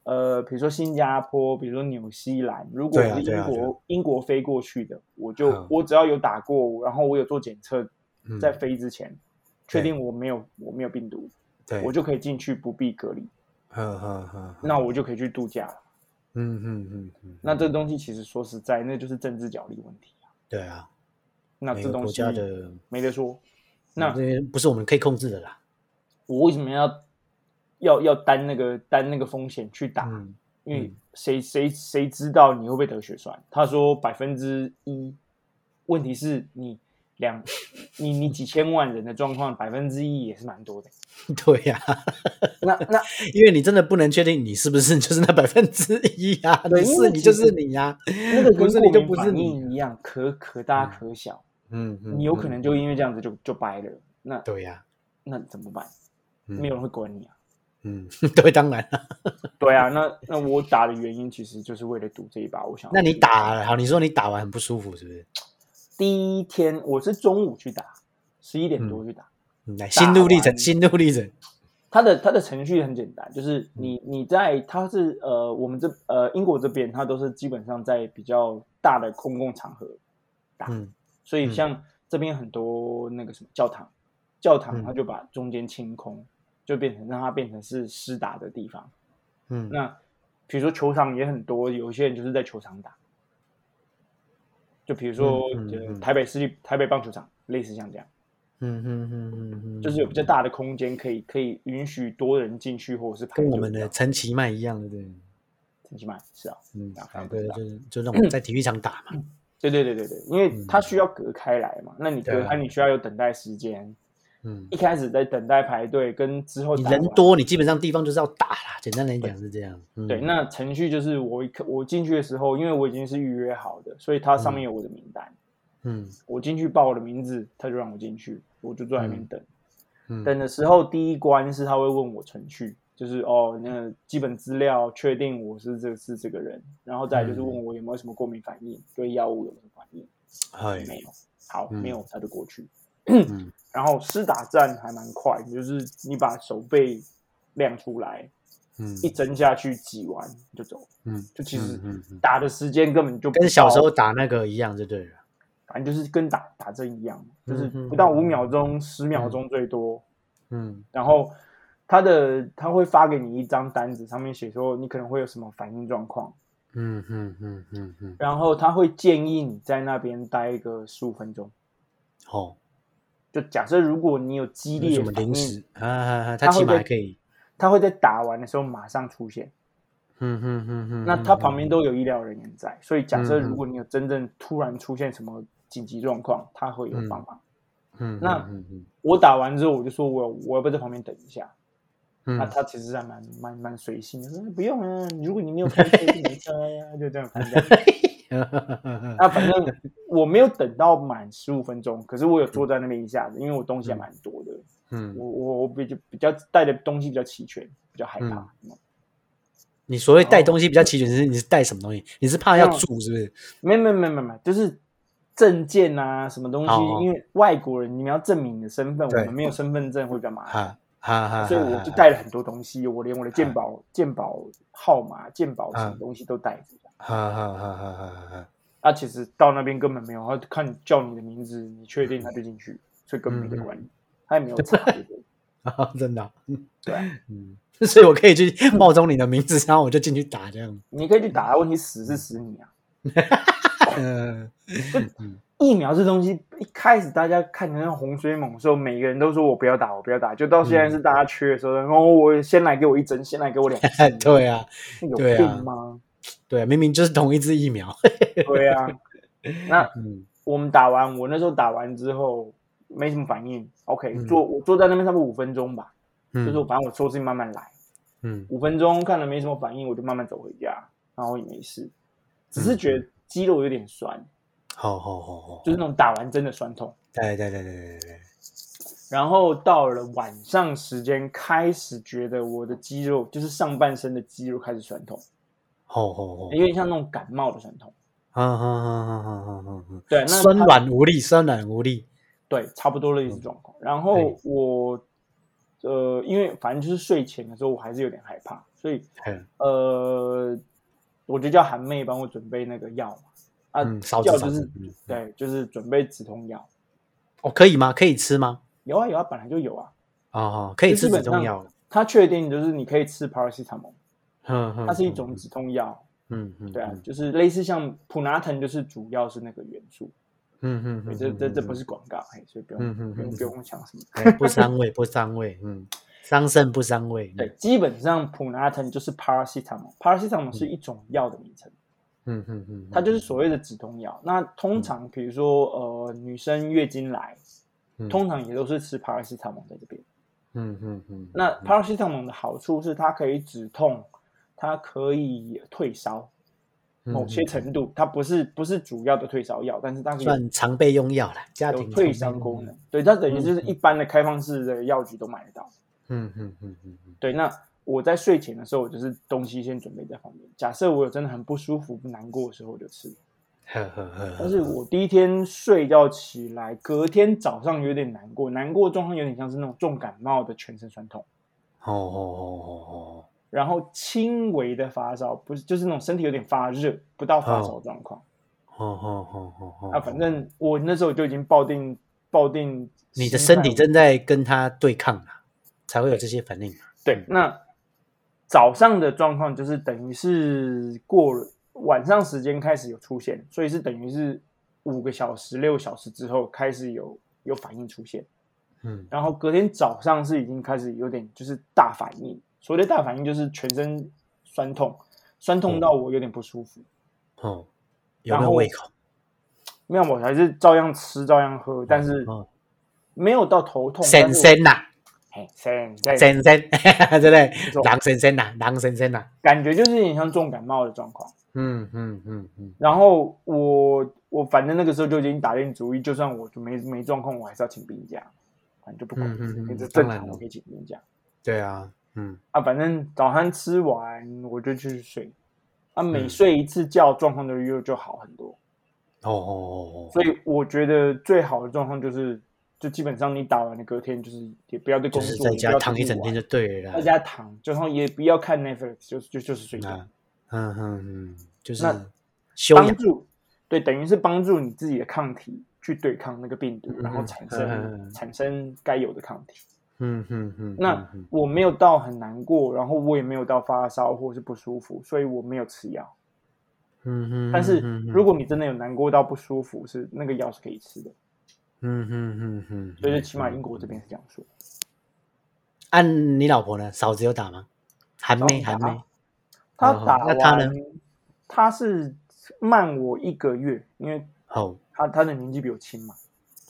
[SPEAKER 2] 呃，比如说新加坡，比如说纽西兰，如果
[SPEAKER 1] 对啊
[SPEAKER 2] 我是
[SPEAKER 1] 对
[SPEAKER 2] 英
[SPEAKER 1] 啊
[SPEAKER 2] 国、
[SPEAKER 1] 对
[SPEAKER 2] 英国飞过去的，我就、
[SPEAKER 1] 嗯
[SPEAKER 2] 我只要有打过，然后我有做检测，
[SPEAKER 1] 嗯
[SPEAKER 2] 在飞之前、
[SPEAKER 1] 对
[SPEAKER 2] 确定我没有我没有病毒，
[SPEAKER 1] 对，嗯
[SPEAKER 2] 我就可以进去不必隔离，
[SPEAKER 1] 呵呵呵，
[SPEAKER 2] 那我就可以去度假了。
[SPEAKER 1] 嗯嗯嗯嗯，
[SPEAKER 2] 那这东西其实说实在，那就是政治角力问题啊。
[SPEAKER 1] 对啊，
[SPEAKER 2] 那
[SPEAKER 1] 每
[SPEAKER 2] 这
[SPEAKER 1] 个
[SPEAKER 2] 东
[SPEAKER 1] 国
[SPEAKER 2] 西
[SPEAKER 1] 家的
[SPEAKER 2] 没得说。那
[SPEAKER 1] 这些不是我们可以控制的啦。
[SPEAKER 2] 我为什么要要要担那个担那个风险去打？
[SPEAKER 1] 嗯
[SPEAKER 2] 因为
[SPEAKER 1] 嗯
[SPEAKER 2] 谁谁谁知道你会不会得血栓？他说百分之一，问题是你两你你几千万人的状况，百分之一也是蛮多的。
[SPEAKER 1] 对呀、
[SPEAKER 2] 那那
[SPEAKER 1] 因为你真的不能确定你是不是就是那百分之一呀，
[SPEAKER 2] 对
[SPEAKER 1] 你
[SPEAKER 2] 因
[SPEAKER 1] 是
[SPEAKER 2] 为
[SPEAKER 1] 你
[SPEAKER 2] 其
[SPEAKER 1] 就
[SPEAKER 2] 实
[SPEAKER 1] 是你啊呀、
[SPEAKER 2] 那个
[SPEAKER 1] 不
[SPEAKER 2] 跟
[SPEAKER 1] 是你
[SPEAKER 2] 过
[SPEAKER 1] 就
[SPEAKER 2] 敏
[SPEAKER 1] 不是
[SPEAKER 2] 反
[SPEAKER 1] 你，
[SPEAKER 2] 应一样，可可大可小，
[SPEAKER 1] 嗯嗯，
[SPEAKER 2] 你有可
[SPEAKER 1] 嗯
[SPEAKER 2] 能就因为这样子就就掰了。那
[SPEAKER 1] 对呀、
[SPEAKER 2] 那怎么办？
[SPEAKER 1] 嗯
[SPEAKER 2] 没有人会管你啊。
[SPEAKER 1] 嗯， 对，当然了。
[SPEAKER 2] 对啊，那那我打的原因其实就是为了赌这一把。我想，
[SPEAKER 1] 那你打了好，你说你打完很不舒服，是不是？
[SPEAKER 2] 第一天我是中午去打，十一点多去打。
[SPEAKER 1] 嗯来，心路历程，
[SPEAKER 2] 完
[SPEAKER 1] 心路历程。
[SPEAKER 2] 它的它的程序很简单，就是你
[SPEAKER 1] 嗯
[SPEAKER 2] 你在它是呃我们这呃英国这边它都是基本上在比较大的公共场合，
[SPEAKER 1] 嗯
[SPEAKER 2] 所以像这边很多那个什么教堂，教
[SPEAKER 1] 嗯
[SPEAKER 2] 堂它就把中间清空，就变成让它变成是施打的地方。
[SPEAKER 1] 嗯，
[SPEAKER 2] 那比如说球场也很多，有一些人就是在球场打，就比如说、
[SPEAKER 1] 嗯嗯
[SPEAKER 2] 呃
[SPEAKER 1] 嗯
[SPEAKER 2] 台北市立台北棒球场，类似像这样，
[SPEAKER 1] 嗯嗯嗯嗯嗯，
[SPEAKER 2] 就是有比较大的空间，可以可以允许多人进去或者是排
[SPEAKER 1] 跟我
[SPEAKER 2] 队
[SPEAKER 1] 们的
[SPEAKER 2] 这样
[SPEAKER 1] 陈其迈一样的，对，
[SPEAKER 2] 陈其迈是啊，
[SPEAKER 1] 嗯
[SPEAKER 2] 打，
[SPEAKER 1] 啊
[SPEAKER 2] 法
[SPEAKER 1] 对，
[SPEAKER 2] 不
[SPEAKER 1] 就是就让我们在体育场打嘛，
[SPEAKER 2] 对对对对对，因为它需要隔开来嘛，那你
[SPEAKER 1] 嗯对
[SPEAKER 2] 隔
[SPEAKER 1] 啊
[SPEAKER 2] 开你需要有等待时间，
[SPEAKER 1] 嗯，
[SPEAKER 2] 一开始在等待排队跟之后
[SPEAKER 1] 你
[SPEAKER 2] 打
[SPEAKER 1] 人
[SPEAKER 2] 完
[SPEAKER 1] 多，你基本上地方就是要打啦，简单来讲是这样，嗯，
[SPEAKER 2] 对，那程序就是我一刻我进去的时候，因为我已经是预约好的，所以它上面有我的名单，
[SPEAKER 1] 嗯
[SPEAKER 2] 我进去报我的名字，他就让我进去，我就坐在那边等。
[SPEAKER 1] 嗯，
[SPEAKER 2] 等的时候，第一关是他会问我程序，就是哦，
[SPEAKER 1] 嗯
[SPEAKER 2] 那基本资料确定我是这是这个人，然后再来
[SPEAKER 1] 嗯
[SPEAKER 2] 就是问我有没有什么过敏反应，对药物有没有反应，
[SPEAKER 1] 哎，
[SPEAKER 2] 没有，好，
[SPEAKER 1] 嗯
[SPEAKER 2] 没有他就过去。
[SPEAKER 1] 嗯
[SPEAKER 2] 然后施打战还蛮快，就是你把手背亮出来，
[SPEAKER 1] 嗯
[SPEAKER 2] 一针下去挤完就走，
[SPEAKER 1] 嗯，
[SPEAKER 2] 就其实
[SPEAKER 1] 嗯嗯嗯
[SPEAKER 2] 打的时间根本就不
[SPEAKER 1] 跟小
[SPEAKER 2] 到
[SPEAKER 1] 时候打那个一样就对了，
[SPEAKER 2] 反正就是跟打打针一样，就是
[SPEAKER 1] 嗯嗯
[SPEAKER 2] 不到
[SPEAKER 1] 嗯
[SPEAKER 2] 五秒钟、十秒钟最多。
[SPEAKER 1] 嗯
[SPEAKER 2] 然后他的他会发给你一张单子，上面写说你可能会有什么反应状况，
[SPEAKER 1] 嗯嗯嗯嗯嗯，
[SPEAKER 2] 然后他会建议你在那边待个十五分钟。
[SPEAKER 1] 哦，
[SPEAKER 2] 就假设如果你有激
[SPEAKER 1] 有
[SPEAKER 2] 烈
[SPEAKER 1] 什
[SPEAKER 2] 的
[SPEAKER 1] 么
[SPEAKER 2] 反
[SPEAKER 1] 零
[SPEAKER 2] 应，
[SPEAKER 1] 食啊啊，啊他
[SPEAKER 2] 他
[SPEAKER 1] 起
[SPEAKER 2] 会
[SPEAKER 1] 码还
[SPEAKER 2] 在
[SPEAKER 1] 可以，
[SPEAKER 2] 他会在打完的时候马上出现。
[SPEAKER 1] 嗯嗯嗯嗯，
[SPEAKER 2] 那他
[SPEAKER 1] 嗯
[SPEAKER 2] 旁边都有医疗人员在，所以假设
[SPEAKER 1] 嗯嗯
[SPEAKER 2] 如果你有真正突然出现什么紧急状况，他会有
[SPEAKER 1] 嗯
[SPEAKER 2] 帮忙。
[SPEAKER 1] 嗯
[SPEAKER 2] 那
[SPEAKER 1] 嗯嗯
[SPEAKER 2] 我打完之后，我就说我我要不要在旁边等一下？
[SPEAKER 1] 嗯
[SPEAKER 2] 那
[SPEAKER 1] 嗯
[SPEAKER 2] 他其实还蛮蛮蛮随性的，说不用啊，如果你没有开车就没车呀、 就这样反正
[SPEAKER 1] 嗯
[SPEAKER 2] 那反正我没有等到满十五分钟，可是我有坐在那边一下子，因为我东西还蛮多的，
[SPEAKER 1] 嗯，
[SPEAKER 2] 我我我比较比较带的东西比较齐全，比较害怕。
[SPEAKER 1] 嗯
[SPEAKER 2] 嗯
[SPEAKER 1] 你所谓带
[SPEAKER 2] 然后
[SPEAKER 1] 东西比较齐全是你是带什么东西？你是怕要
[SPEAKER 2] 那
[SPEAKER 1] 住是不是？
[SPEAKER 2] 没没没没没，就是证件啊什么东西，
[SPEAKER 1] 哦哦
[SPEAKER 2] 因为外国人你们要证明你的身份，我
[SPEAKER 1] 对啊
[SPEAKER 2] 们没有身份证会比较麻烦。
[SPEAKER 1] 哈哈哈，
[SPEAKER 2] 所以
[SPEAKER 1] 哈
[SPEAKER 2] 我
[SPEAKER 1] 哈
[SPEAKER 2] 就
[SPEAKER 1] 哈
[SPEAKER 2] 带了很多东西，我连我的鉴宝、鉴宝号码、鉴宝什么
[SPEAKER 1] 啊嗯
[SPEAKER 2] 东西都带着。
[SPEAKER 1] 哈哈哈哈哈哈！
[SPEAKER 2] 啊，其实到那边根本没有，他看你叫你的名字，你确定他就进去，所以根本没
[SPEAKER 1] 嗯
[SPEAKER 2] 得管你，他也没有查对不对。
[SPEAKER 1] 啊，真的啊、
[SPEAKER 2] 对啊
[SPEAKER 1] 嗯， 所以我可以去冒充你的名字，然后我就进去打这样。
[SPEAKER 2] 你可以去打，问题死是死你啊！
[SPEAKER 1] 嗯、
[SPEAKER 2] 疫苗这东西一开始大家看成像洪水猛兽，每个人都说我不要打，我不要打，就到现在
[SPEAKER 1] 嗯
[SPEAKER 2] 是大家缺的时候，然后我先来给我一针，先来给我两针，
[SPEAKER 1] 对啊，
[SPEAKER 2] 有
[SPEAKER 1] 对啊
[SPEAKER 2] 病吗？
[SPEAKER 1] 对啊，明明就是同一支疫苗。
[SPEAKER 2] 对啊，那
[SPEAKER 1] 嗯
[SPEAKER 2] 我们打完，我那时候打完之后没什么反应，OK，
[SPEAKER 1] 嗯
[SPEAKER 2] 坐我坐在那边差不多五分钟吧，
[SPEAKER 1] 嗯，
[SPEAKER 2] 就是我反正我做事情慢慢来。
[SPEAKER 1] 嗯
[SPEAKER 2] 五分钟看了没什么反应，我就慢慢走回家，然后也没事，只
[SPEAKER 1] 嗯
[SPEAKER 2] 是觉得肌肉有点酸，
[SPEAKER 1] 好好好好，
[SPEAKER 2] 就是那种打完针的酸痛。
[SPEAKER 1] 对对对对对对，
[SPEAKER 2] 然后到了晚上时间，开始觉得我的肌肉就是上半身的肌肉开始酸痛，
[SPEAKER 1] 好好好，
[SPEAKER 2] 有点像那种感冒的酸痛。
[SPEAKER 1] 啊哈哈哈哈哈哈！
[SPEAKER 2] 对，那
[SPEAKER 1] 酸
[SPEAKER 2] 它
[SPEAKER 1] 软无力，酸软无力。
[SPEAKER 2] 对，差不多类似状况。然后我呃，因为反正就是睡前的时候，我还是有点害怕，所以
[SPEAKER 1] 嗯
[SPEAKER 2] 呃，我就叫韩妹帮我准备那个药嘛。啊，
[SPEAKER 1] 嗯，少
[SPEAKER 2] 药
[SPEAKER 1] 子
[SPEAKER 2] 就
[SPEAKER 1] 少
[SPEAKER 2] 是
[SPEAKER 1] 子，嗯，
[SPEAKER 2] 对，就是准备止痛药。
[SPEAKER 1] 哦，可以吗？可以吃吗？
[SPEAKER 2] 有啊有啊，本来就有啊。
[SPEAKER 1] 哦哦，可以
[SPEAKER 2] 就
[SPEAKER 1] 吃
[SPEAKER 2] 基
[SPEAKER 1] 止
[SPEAKER 2] 本
[SPEAKER 1] 痛
[SPEAKER 2] 上
[SPEAKER 1] 药。
[SPEAKER 2] 它确定就是你可以吃 paracetamol，
[SPEAKER 1] 嗯嗯，
[SPEAKER 2] 它是一
[SPEAKER 1] 嗯
[SPEAKER 2] 种，止痛药。
[SPEAKER 1] 嗯嗯，
[SPEAKER 2] 对啊
[SPEAKER 1] 嗯，
[SPEAKER 2] 就是类似像普拿疼，就是主要是那个元素。
[SPEAKER 1] 嗯嗯
[SPEAKER 2] 对
[SPEAKER 1] 嗯，
[SPEAKER 2] 这这这
[SPEAKER 1] 嗯
[SPEAKER 2] 不
[SPEAKER 1] 嗯
[SPEAKER 2] 是广告，嘿，所以不
[SPEAKER 1] 嗯
[SPEAKER 2] 用
[SPEAKER 1] 嗯
[SPEAKER 2] 不用
[SPEAKER 1] 嗯
[SPEAKER 2] 不用想什么。
[SPEAKER 1] 哎不伤胃，不伤胃，嗯，伤肾不伤胃。嗯
[SPEAKER 2] 对，基本上普拿疼就是 paracetamol，paracetamol 是一种药的名称，
[SPEAKER 1] 嗯，嗯嗯嗯，
[SPEAKER 2] 它就是所谓的止痛药。那通常比如说呃女生月经来，
[SPEAKER 1] 嗯
[SPEAKER 2] 通常也都是吃 paracetamol 在这边。
[SPEAKER 1] 嗯嗯嗯，
[SPEAKER 2] 那
[SPEAKER 1] 嗯
[SPEAKER 2] paracetamol 的好处是它可以止痛，它可以退烧，
[SPEAKER 1] 嗯
[SPEAKER 2] 某些程度，它不是不是主要的退烧药，但是它可
[SPEAKER 1] 嗯
[SPEAKER 2] 以
[SPEAKER 1] 算常备用药了，家
[SPEAKER 2] 有
[SPEAKER 1] 庭
[SPEAKER 2] 退
[SPEAKER 1] 常
[SPEAKER 2] 烧
[SPEAKER 1] 备用
[SPEAKER 2] 功
[SPEAKER 1] 药
[SPEAKER 2] 能。。对，它等于就是一般的开放式的药局都买得到。
[SPEAKER 1] 嗯嗯嗯嗯嗯
[SPEAKER 2] 对，那我在睡前的时候，我就是东西先准备在旁边。假设我有真的很不舒服、难过的时候，我就吃。
[SPEAKER 1] 呵呵呵，
[SPEAKER 2] 但是我第一天睡觉起来，隔天早上有点难过，难过状况有点像是那种重感冒的全身酸痛，
[SPEAKER 1] 哦哦哦
[SPEAKER 2] 然后轻微的发烧，不是就是那种身体有点发热，不到发烧状况。
[SPEAKER 1] 哦哦哦哦哦哦哦，
[SPEAKER 2] 啊，反正我那时候就已经抱定抱定
[SPEAKER 1] 你的
[SPEAKER 2] 心
[SPEAKER 1] 身
[SPEAKER 2] 态
[SPEAKER 1] 体正在跟它对抗啊，才会有这些反应嘛。啊
[SPEAKER 2] 对，那早上的状况就是等于是过了晚上时间开始有出现，所以是等于是五个小时、六小时之后开始有有反应出现，
[SPEAKER 1] 嗯
[SPEAKER 2] 然后隔天早上是已经开始有点就是大反应，所谓的大反应就是全身酸痛，酸痛到我有点不舒服，
[SPEAKER 1] 哦，有
[SPEAKER 2] 然
[SPEAKER 1] 没有
[SPEAKER 2] 后
[SPEAKER 1] 胃口？
[SPEAKER 2] 那我还是照样吃、照样喝，但是
[SPEAKER 1] 哦，
[SPEAKER 2] 没有到头痛。
[SPEAKER 1] 神仙呐，
[SPEAKER 2] 但是我，嘿，神神，
[SPEAKER 1] 神仙， 对不对
[SPEAKER 2] 错？
[SPEAKER 1] 狼神仙呐，狼神仙呐。
[SPEAKER 2] 感觉就是有点像重感冒的状况。
[SPEAKER 1] 嗯嗯嗯嗯，
[SPEAKER 2] 然后我我反正那个时候就已经打定主意，就算我就没没状况，我还是要请病假，反正就不管，
[SPEAKER 1] 嗯嗯嗯
[SPEAKER 2] 因为这
[SPEAKER 1] 嗯
[SPEAKER 2] 正
[SPEAKER 1] 当然
[SPEAKER 2] 常
[SPEAKER 1] 了
[SPEAKER 2] 我可以请病假
[SPEAKER 1] 对啊，嗯
[SPEAKER 2] 啊。反正早餐吃完我就去睡，
[SPEAKER 1] 嗯
[SPEAKER 2] 啊，每睡一次觉，状况就又就好很多。
[SPEAKER 1] 哦哦哦哦，
[SPEAKER 2] 所以我觉得最好的状况就是，就基本上你打完的隔天就是也不要对
[SPEAKER 1] 就
[SPEAKER 2] 工
[SPEAKER 1] 是
[SPEAKER 2] 作，
[SPEAKER 1] 在
[SPEAKER 2] 也不
[SPEAKER 1] 家
[SPEAKER 2] 要
[SPEAKER 1] 躺一
[SPEAKER 2] 出去
[SPEAKER 1] 整天就
[SPEAKER 2] 玩
[SPEAKER 1] 对了
[SPEAKER 2] 在
[SPEAKER 1] 啦。
[SPEAKER 2] 家躺，就然后也不要看 Netflix，就就就是睡觉。
[SPEAKER 1] 啊，嗯嗯嗯，就是
[SPEAKER 2] 那
[SPEAKER 1] 修
[SPEAKER 2] 帮
[SPEAKER 1] 养。
[SPEAKER 2] 助，对，等于是帮助你自己的抗体去对抗那个病毒，然后
[SPEAKER 1] 嗯
[SPEAKER 2] 产
[SPEAKER 1] 嗯嗯
[SPEAKER 2] 生
[SPEAKER 1] 嗯
[SPEAKER 2] 产生该有的抗体。
[SPEAKER 1] 嗯嗯嗯，
[SPEAKER 2] 那
[SPEAKER 1] 嗯嗯
[SPEAKER 2] 我没有到很难过，然后我也没有到发烧或是不舒服，所以我没有吃药。
[SPEAKER 1] 嗯嗯，
[SPEAKER 2] 但是
[SPEAKER 1] 嗯
[SPEAKER 2] 如果你真的有难过到不舒服，是那个药是可以吃的，
[SPEAKER 1] 嗯嗯嗯嗯，
[SPEAKER 2] 所以就
[SPEAKER 1] 嗯
[SPEAKER 2] 起码
[SPEAKER 1] 嗯
[SPEAKER 2] 英国这边是这样说。
[SPEAKER 1] 按你老婆呢，嫂子有打吗？还没，
[SPEAKER 2] 嫂
[SPEAKER 1] 还
[SPEAKER 2] 哦子打
[SPEAKER 1] 没。
[SPEAKER 2] 他
[SPEAKER 1] 哦
[SPEAKER 2] 打
[SPEAKER 1] 那他呢
[SPEAKER 2] 完，他是慢我一个月，因为
[SPEAKER 1] 好，
[SPEAKER 2] 他他的年纪比我轻嘛。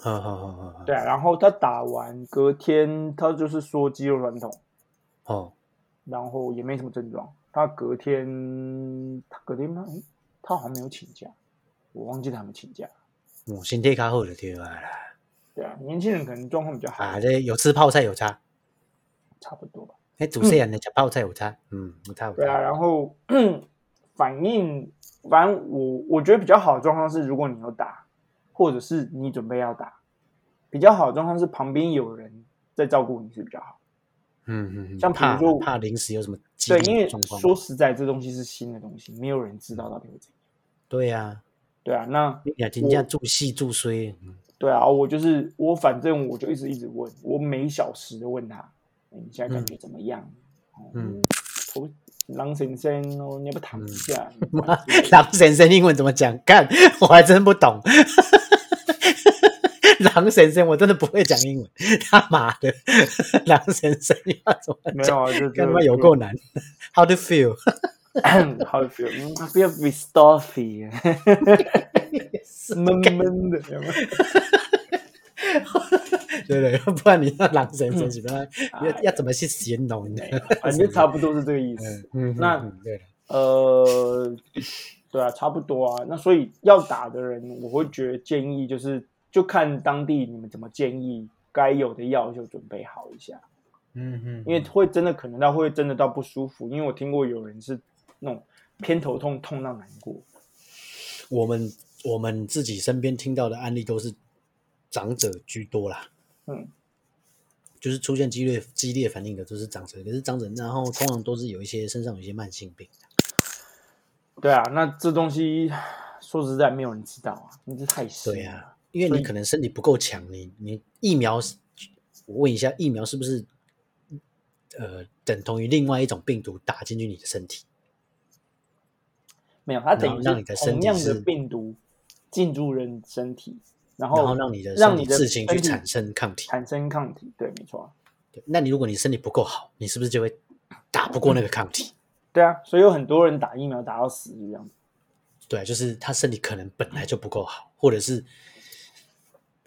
[SPEAKER 1] 好好好好好。
[SPEAKER 2] 对啊，然后他打完隔天，他就是说肌肉酸痛，
[SPEAKER 1] 哦，
[SPEAKER 2] 然后也没什么症状。他隔天，他隔天吗？诶他好像没有请假，我忘记他有没有请假。
[SPEAKER 1] 我身体较好就对了啦。
[SPEAKER 2] 对啊，年轻人可能状况比较好，
[SPEAKER 1] 啊，这有吃泡菜有差，
[SPEAKER 2] 差不多吧。
[SPEAKER 1] 哎，主持人呢吃泡菜有差，嗯，有差有
[SPEAKER 2] 对啊，
[SPEAKER 1] 差。
[SPEAKER 2] 然后反应，反正我我觉得比较好的状况是，如果你有打，或者是你准备要打，比较好的状况是旁边有人在照顾你是比较好。
[SPEAKER 1] 嗯嗯嗯，
[SPEAKER 2] 像比如
[SPEAKER 1] 怕
[SPEAKER 2] 说
[SPEAKER 1] 怕临时有什么激
[SPEAKER 2] 对，
[SPEAKER 1] 烈
[SPEAKER 2] 因为
[SPEAKER 1] 状况，
[SPEAKER 2] 说实在，这东西是新的东西，没有人知道到底会怎样。
[SPEAKER 1] 对呀，
[SPEAKER 2] 对啊，那
[SPEAKER 1] 你俩真正住戏住衰，嗯
[SPEAKER 2] 对啊，我就是我，反正我就一直一直问，我每小时都问他，哎你现在感觉怎么样？哦
[SPEAKER 1] 嗯，
[SPEAKER 2] 头狼先生哦，你要不要躺一下？
[SPEAKER 1] 嗯狼先生英文怎么讲？看，我还真不懂。 狼先生，我真的不会讲英文，他妈的，狼先生要怎么
[SPEAKER 2] 没
[SPEAKER 1] 讲？
[SPEAKER 2] 有啊，就
[SPEAKER 1] 他妈有够难。How do you feel？
[SPEAKER 2] 好 feel，嗯不要 be stuffy，闷闷的，有没有
[SPEAKER 1] 对对，不然你要狼神
[SPEAKER 2] 嗯
[SPEAKER 1] 神什么？
[SPEAKER 2] 哎
[SPEAKER 1] 要要怎么去形容呢？
[SPEAKER 2] 反正差不多是这个意思。
[SPEAKER 1] 嗯，
[SPEAKER 2] 嗯那
[SPEAKER 1] 嗯嗯对了，
[SPEAKER 2] 呃，对啊，差不多啊。那所以要打的人，我会觉得建议就是，就看当地你们怎么建议，该有的药就准备好一下。
[SPEAKER 1] 嗯嗯，
[SPEAKER 2] 因为会真的可能到会真的到不舒服，因为我听过有人是那种偏头痛痛到难过，
[SPEAKER 1] 我们我们自己身边听到的案例都是长者居多啦，
[SPEAKER 2] 嗯，
[SPEAKER 1] 就是出现激烈激烈反应的都是长者，可是长者然后通常都是有一些身上有一些慢性病，
[SPEAKER 2] 对啊，那这东西说实在没有人知道啊，你这太深了
[SPEAKER 1] 对啊，因为你可能身体不够强，你你疫苗是，我问一下，疫苗是不是呃等同于另外一种病毒打进去你的身体？
[SPEAKER 2] 没有，它等
[SPEAKER 1] 让
[SPEAKER 2] 于是
[SPEAKER 1] 让你的身
[SPEAKER 2] 同
[SPEAKER 1] 体
[SPEAKER 2] 样
[SPEAKER 1] 是
[SPEAKER 2] 的病毒进入人身体，然
[SPEAKER 1] 然
[SPEAKER 2] 后
[SPEAKER 1] 后让你的
[SPEAKER 2] 让
[SPEAKER 1] 身
[SPEAKER 2] 你
[SPEAKER 1] 体
[SPEAKER 2] 的
[SPEAKER 1] 自行
[SPEAKER 2] 身
[SPEAKER 1] 去
[SPEAKER 2] 体
[SPEAKER 1] 产生抗体。
[SPEAKER 2] 产生抗体，对，没错啊、
[SPEAKER 1] 对，那你如果你身体不够好，你是不是就会打不过那个抗体？
[SPEAKER 2] 对啊，所以有很多人打疫苗打到死一样，
[SPEAKER 1] 对啊，就是他身体可能本来就不够好，或者是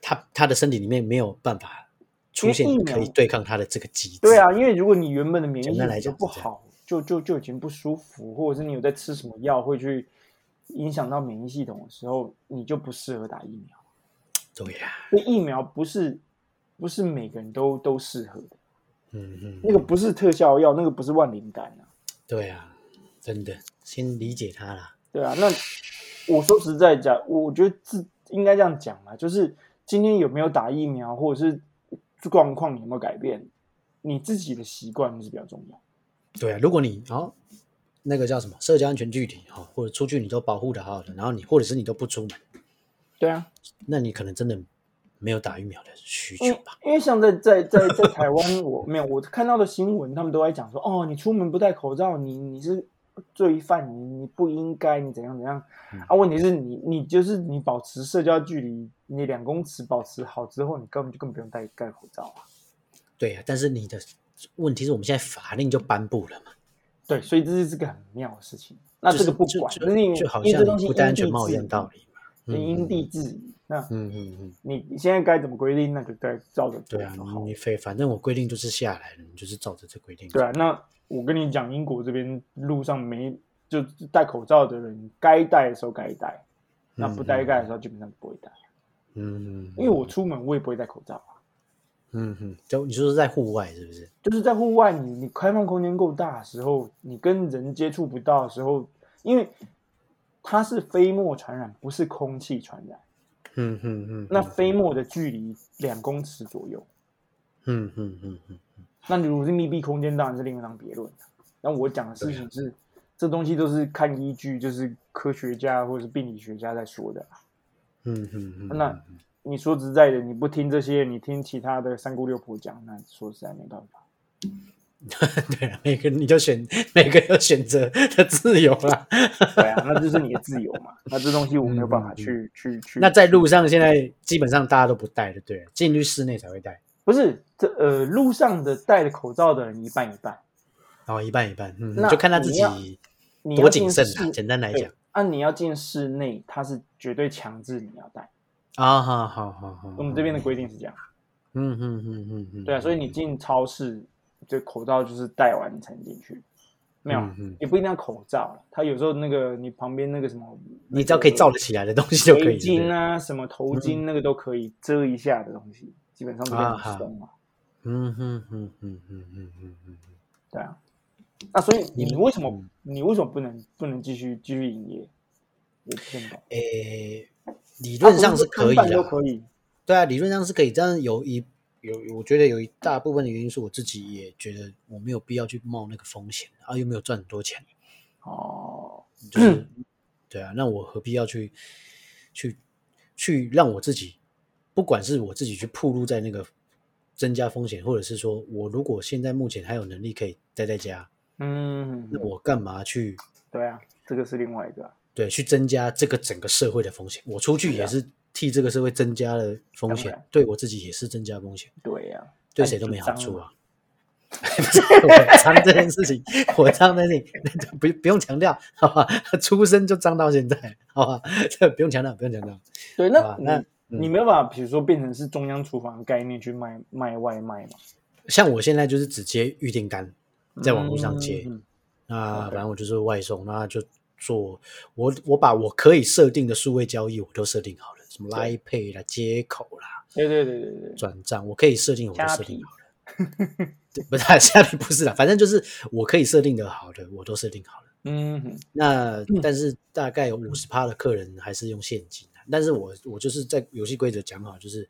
[SPEAKER 1] 他他的身体里面没有办法出现
[SPEAKER 2] 因为疫苗
[SPEAKER 1] 可以对抗他的这个机制。
[SPEAKER 2] 对，啊，因为如果你原本的免疫
[SPEAKER 1] 简单
[SPEAKER 2] 力
[SPEAKER 1] 来
[SPEAKER 2] 就
[SPEAKER 1] 讲
[SPEAKER 2] 不
[SPEAKER 1] 是这样
[SPEAKER 2] 好，就就就已经不舒服，或者是你有在吃什么药会去影响到免疫系统的时候，你就不适合打疫苗。
[SPEAKER 1] 对啊呀、
[SPEAKER 2] 所以疫苗不是不是每个人都都适合的，
[SPEAKER 1] 嗯嗯，
[SPEAKER 2] 那个不是特效药，那个不是万灵丹啊，
[SPEAKER 1] 对啊，真的，先理解他啦。
[SPEAKER 2] 对啊。那我说实在讲，我觉得自应该这样讲啦，就是今天有没有打疫苗，或者是状况有没有改变，你自己的习惯是比较重要。
[SPEAKER 1] 对啊，如果你哦，那个叫什么社交安全距离哈、哦，或者出去你都保护的好好的，然后你或者是你都不出门，
[SPEAKER 2] 对啊，
[SPEAKER 1] 那你可能真的没有打疫苗的需
[SPEAKER 2] 因
[SPEAKER 1] 求
[SPEAKER 2] 为
[SPEAKER 1] 吧？
[SPEAKER 2] 因为像在在在在台湾，我没有我看到的新闻，他们都在讲说，哦，你出门不戴口罩，你你是罪犯，你你不应该，你怎样怎样
[SPEAKER 1] 嗯
[SPEAKER 2] 啊？问题是你你就是你保持社交距离，你两公尺保持好之后，你根本就根本不用戴戴口罩啊。
[SPEAKER 1] 对呀、但是你的问题是我们现在法令就颁布了嘛，
[SPEAKER 2] 对，所以这是这个很妙的事情。那
[SPEAKER 1] 就是
[SPEAKER 2] 这个不管，
[SPEAKER 1] 就
[SPEAKER 2] 那是因为
[SPEAKER 1] 就就好
[SPEAKER 2] 因为
[SPEAKER 1] 像
[SPEAKER 2] 这东
[SPEAKER 1] 你
[SPEAKER 2] 西
[SPEAKER 1] 不戴安
[SPEAKER 2] 因
[SPEAKER 1] 全
[SPEAKER 2] 地
[SPEAKER 1] 帽一
[SPEAKER 2] 制
[SPEAKER 1] 样
[SPEAKER 2] 宜
[SPEAKER 1] 道理嘛。嗯
[SPEAKER 2] 因地制宜。那
[SPEAKER 1] 嗯嗯嗯，
[SPEAKER 2] 你现在该怎么规定，那就该照着做
[SPEAKER 1] 对啊
[SPEAKER 2] 就好，了。
[SPEAKER 1] 你非反正我规定就是下来了，你就是照着这规定。
[SPEAKER 2] 对啊，，那我跟你讲，英国这边路上没就戴口罩的人，该戴的时候该戴，那不戴戴的时候基本上不会戴。
[SPEAKER 1] 嗯嗯，
[SPEAKER 2] 因为我出门我也不会戴口罩啊，
[SPEAKER 1] 嗯嗯，就你就是在户外是不是？
[SPEAKER 2] 就是在户外你你开放空间够大的时候，你跟人接触不到的时候，因为它是飞沫传染，不是空气传染。
[SPEAKER 1] 嗯嗯嗯，
[SPEAKER 2] 那飞沫的距离两公尺左右，
[SPEAKER 1] 嗯嗯嗯嗯，
[SPEAKER 2] 那你如果是密闭空间，当然是另一档别论了。那我讲的事
[SPEAKER 1] 啊
[SPEAKER 2] 情是，这东西都是看依据，就是科学家或者是病理学家在说的啊。
[SPEAKER 1] 嗯嗯嗯，
[SPEAKER 2] 那你说实在的，你不听这些，你听其他的三姑六婆讲，那说实在没办法。
[SPEAKER 1] 对啊，每个你就选每个有选择的自由啦。
[SPEAKER 2] 对啊，那就是你的自由嘛。那这东西我没有办法去、去去。
[SPEAKER 1] 嗯那在路上现在基本上大家都不戴了，对了，进去室内才会戴，
[SPEAKER 2] 不是这呃路上的戴着口罩的人一半一半，
[SPEAKER 1] 然后一半一半，嗯，
[SPEAKER 2] 那
[SPEAKER 1] 就看他自
[SPEAKER 2] 你要
[SPEAKER 1] 己
[SPEAKER 2] 你
[SPEAKER 1] 多
[SPEAKER 2] 要进
[SPEAKER 1] 谨慎啦。
[SPEAKER 2] 室
[SPEAKER 1] 简单来
[SPEAKER 2] 对
[SPEAKER 1] 讲，
[SPEAKER 2] 啊，你要进室内，它是绝对强制你要戴。
[SPEAKER 1] 啊，好好好好，
[SPEAKER 2] 我们这边的规定是这样。
[SPEAKER 1] 嗯，嗯嗯嗯嗯，
[SPEAKER 2] 对啊，所以
[SPEAKER 1] 以
[SPEAKER 2] 你进超市，这口罩就是戴完你才能进去，没有，啊
[SPEAKER 1] 嗯嗯
[SPEAKER 2] 也不一定要口罩了。它有时候那个你旁边那个什么，
[SPEAKER 1] 你只要可以罩得起来的东西就可
[SPEAKER 2] 围
[SPEAKER 1] 以。对不
[SPEAKER 2] 巾
[SPEAKER 1] 对嗯
[SPEAKER 2] 啊、什么头巾那个都可以遮一下的东西，基本上这
[SPEAKER 1] 啊
[SPEAKER 2] 边很松嘛。
[SPEAKER 1] 嗯嗯嗯嗯嗯嗯嗯嗯，
[SPEAKER 2] 对啊，那所以
[SPEAKER 1] 你
[SPEAKER 2] 你
[SPEAKER 1] 们
[SPEAKER 2] 为什么
[SPEAKER 1] 嗯
[SPEAKER 2] 你为什么不能不能继续继续营业？我不懂。
[SPEAKER 1] 诶，理论上是可以
[SPEAKER 2] 它不是说看板都
[SPEAKER 1] 的，
[SPEAKER 2] 可以。
[SPEAKER 1] 对啊，理论上是可以，但是有一有，我觉得有一大部分的原因是我自己也觉得我没有必要去冒那个风险啊，又没有赚很多钱，
[SPEAKER 2] 哦，
[SPEAKER 1] 就是对啊，那我何必要去去去让我自己，不管是我自己去暴露在那个增加风险，或者是说我如果现在目前还有能力可以待在家，
[SPEAKER 2] 嗯，
[SPEAKER 1] 那我干嘛去
[SPEAKER 2] 对啊，这个是另外一个啊。
[SPEAKER 1] 对去增加这个整个社会的风险？我出去
[SPEAKER 2] 对啊
[SPEAKER 1] 也是替这个社会增加了风
[SPEAKER 2] 当
[SPEAKER 1] 险
[SPEAKER 2] 然，
[SPEAKER 1] 对我自己也是增加风险。
[SPEAKER 2] 对呀、啊，
[SPEAKER 1] 对
[SPEAKER 2] 那
[SPEAKER 1] 谁
[SPEAKER 2] 你
[SPEAKER 1] 都
[SPEAKER 2] 就
[SPEAKER 1] 没好
[SPEAKER 2] 脏
[SPEAKER 1] 处
[SPEAKER 2] 嘛
[SPEAKER 1] 啊。 不是我脏这件事情， 我脏这件事情 不不用强调，好吧？ 出生就脏到现在，好吧？ 这不用强调，不用强调。
[SPEAKER 2] 对，那
[SPEAKER 1] 啊
[SPEAKER 2] 你
[SPEAKER 1] 那
[SPEAKER 2] 你没有办法，比如说变成是中央厨房的概念去卖卖外卖嘛，
[SPEAKER 1] 像我现在就是只接预订单，在网络上接，
[SPEAKER 2] 嗯
[SPEAKER 1] 那
[SPEAKER 2] OK
[SPEAKER 1] 反正我就是外送，那就做我我把我可以设定的数位交易我都设定好了，什么
[SPEAKER 2] 对
[SPEAKER 1] Line Pay 啦、接口啦、
[SPEAKER 2] 对对对对对，
[SPEAKER 1] 转账，我可以设定我都
[SPEAKER 2] 虾
[SPEAKER 1] 设定
[SPEAKER 2] 皮
[SPEAKER 1] 好了。对不是啊 虾皮不是啦，反正就是我可以设定的好的我都设定好了。
[SPEAKER 2] 嗯哼，
[SPEAKER 1] 那但是大概有五十趴的客人还是用现金啊、但是我我就是在游戏规则讲好，就是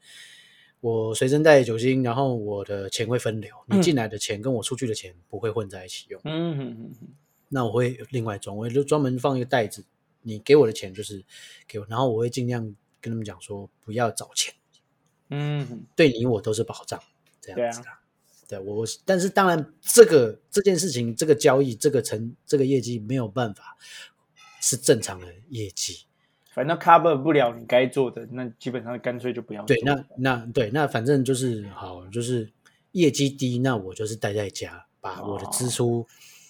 [SPEAKER 1] 我随身带酒精，然后我的钱会分流，你进来的钱跟我出去的钱不会混在一起用。
[SPEAKER 2] 嗯哼哼哼，
[SPEAKER 1] 那我会另外装，我就专门放一个袋子，你给我的钱就是给我，然后我会尽量跟他们讲说不要找钱，
[SPEAKER 2] 嗯哼，
[SPEAKER 1] 对你我都是保障，这样子
[SPEAKER 2] 对啊
[SPEAKER 1] 啦。对我，我但是当然，这个这件事情，这个交易，这个成这个业绩没有办法是正常的业绩，
[SPEAKER 2] 反正 cover 不了你该做的，那基本上干脆就不要做。
[SPEAKER 1] 对，那那对那反正就是好，就是业绩低，那我就是待在家，把我的
[SPEAKER 2] 哦
[SPEAKER 1] 支出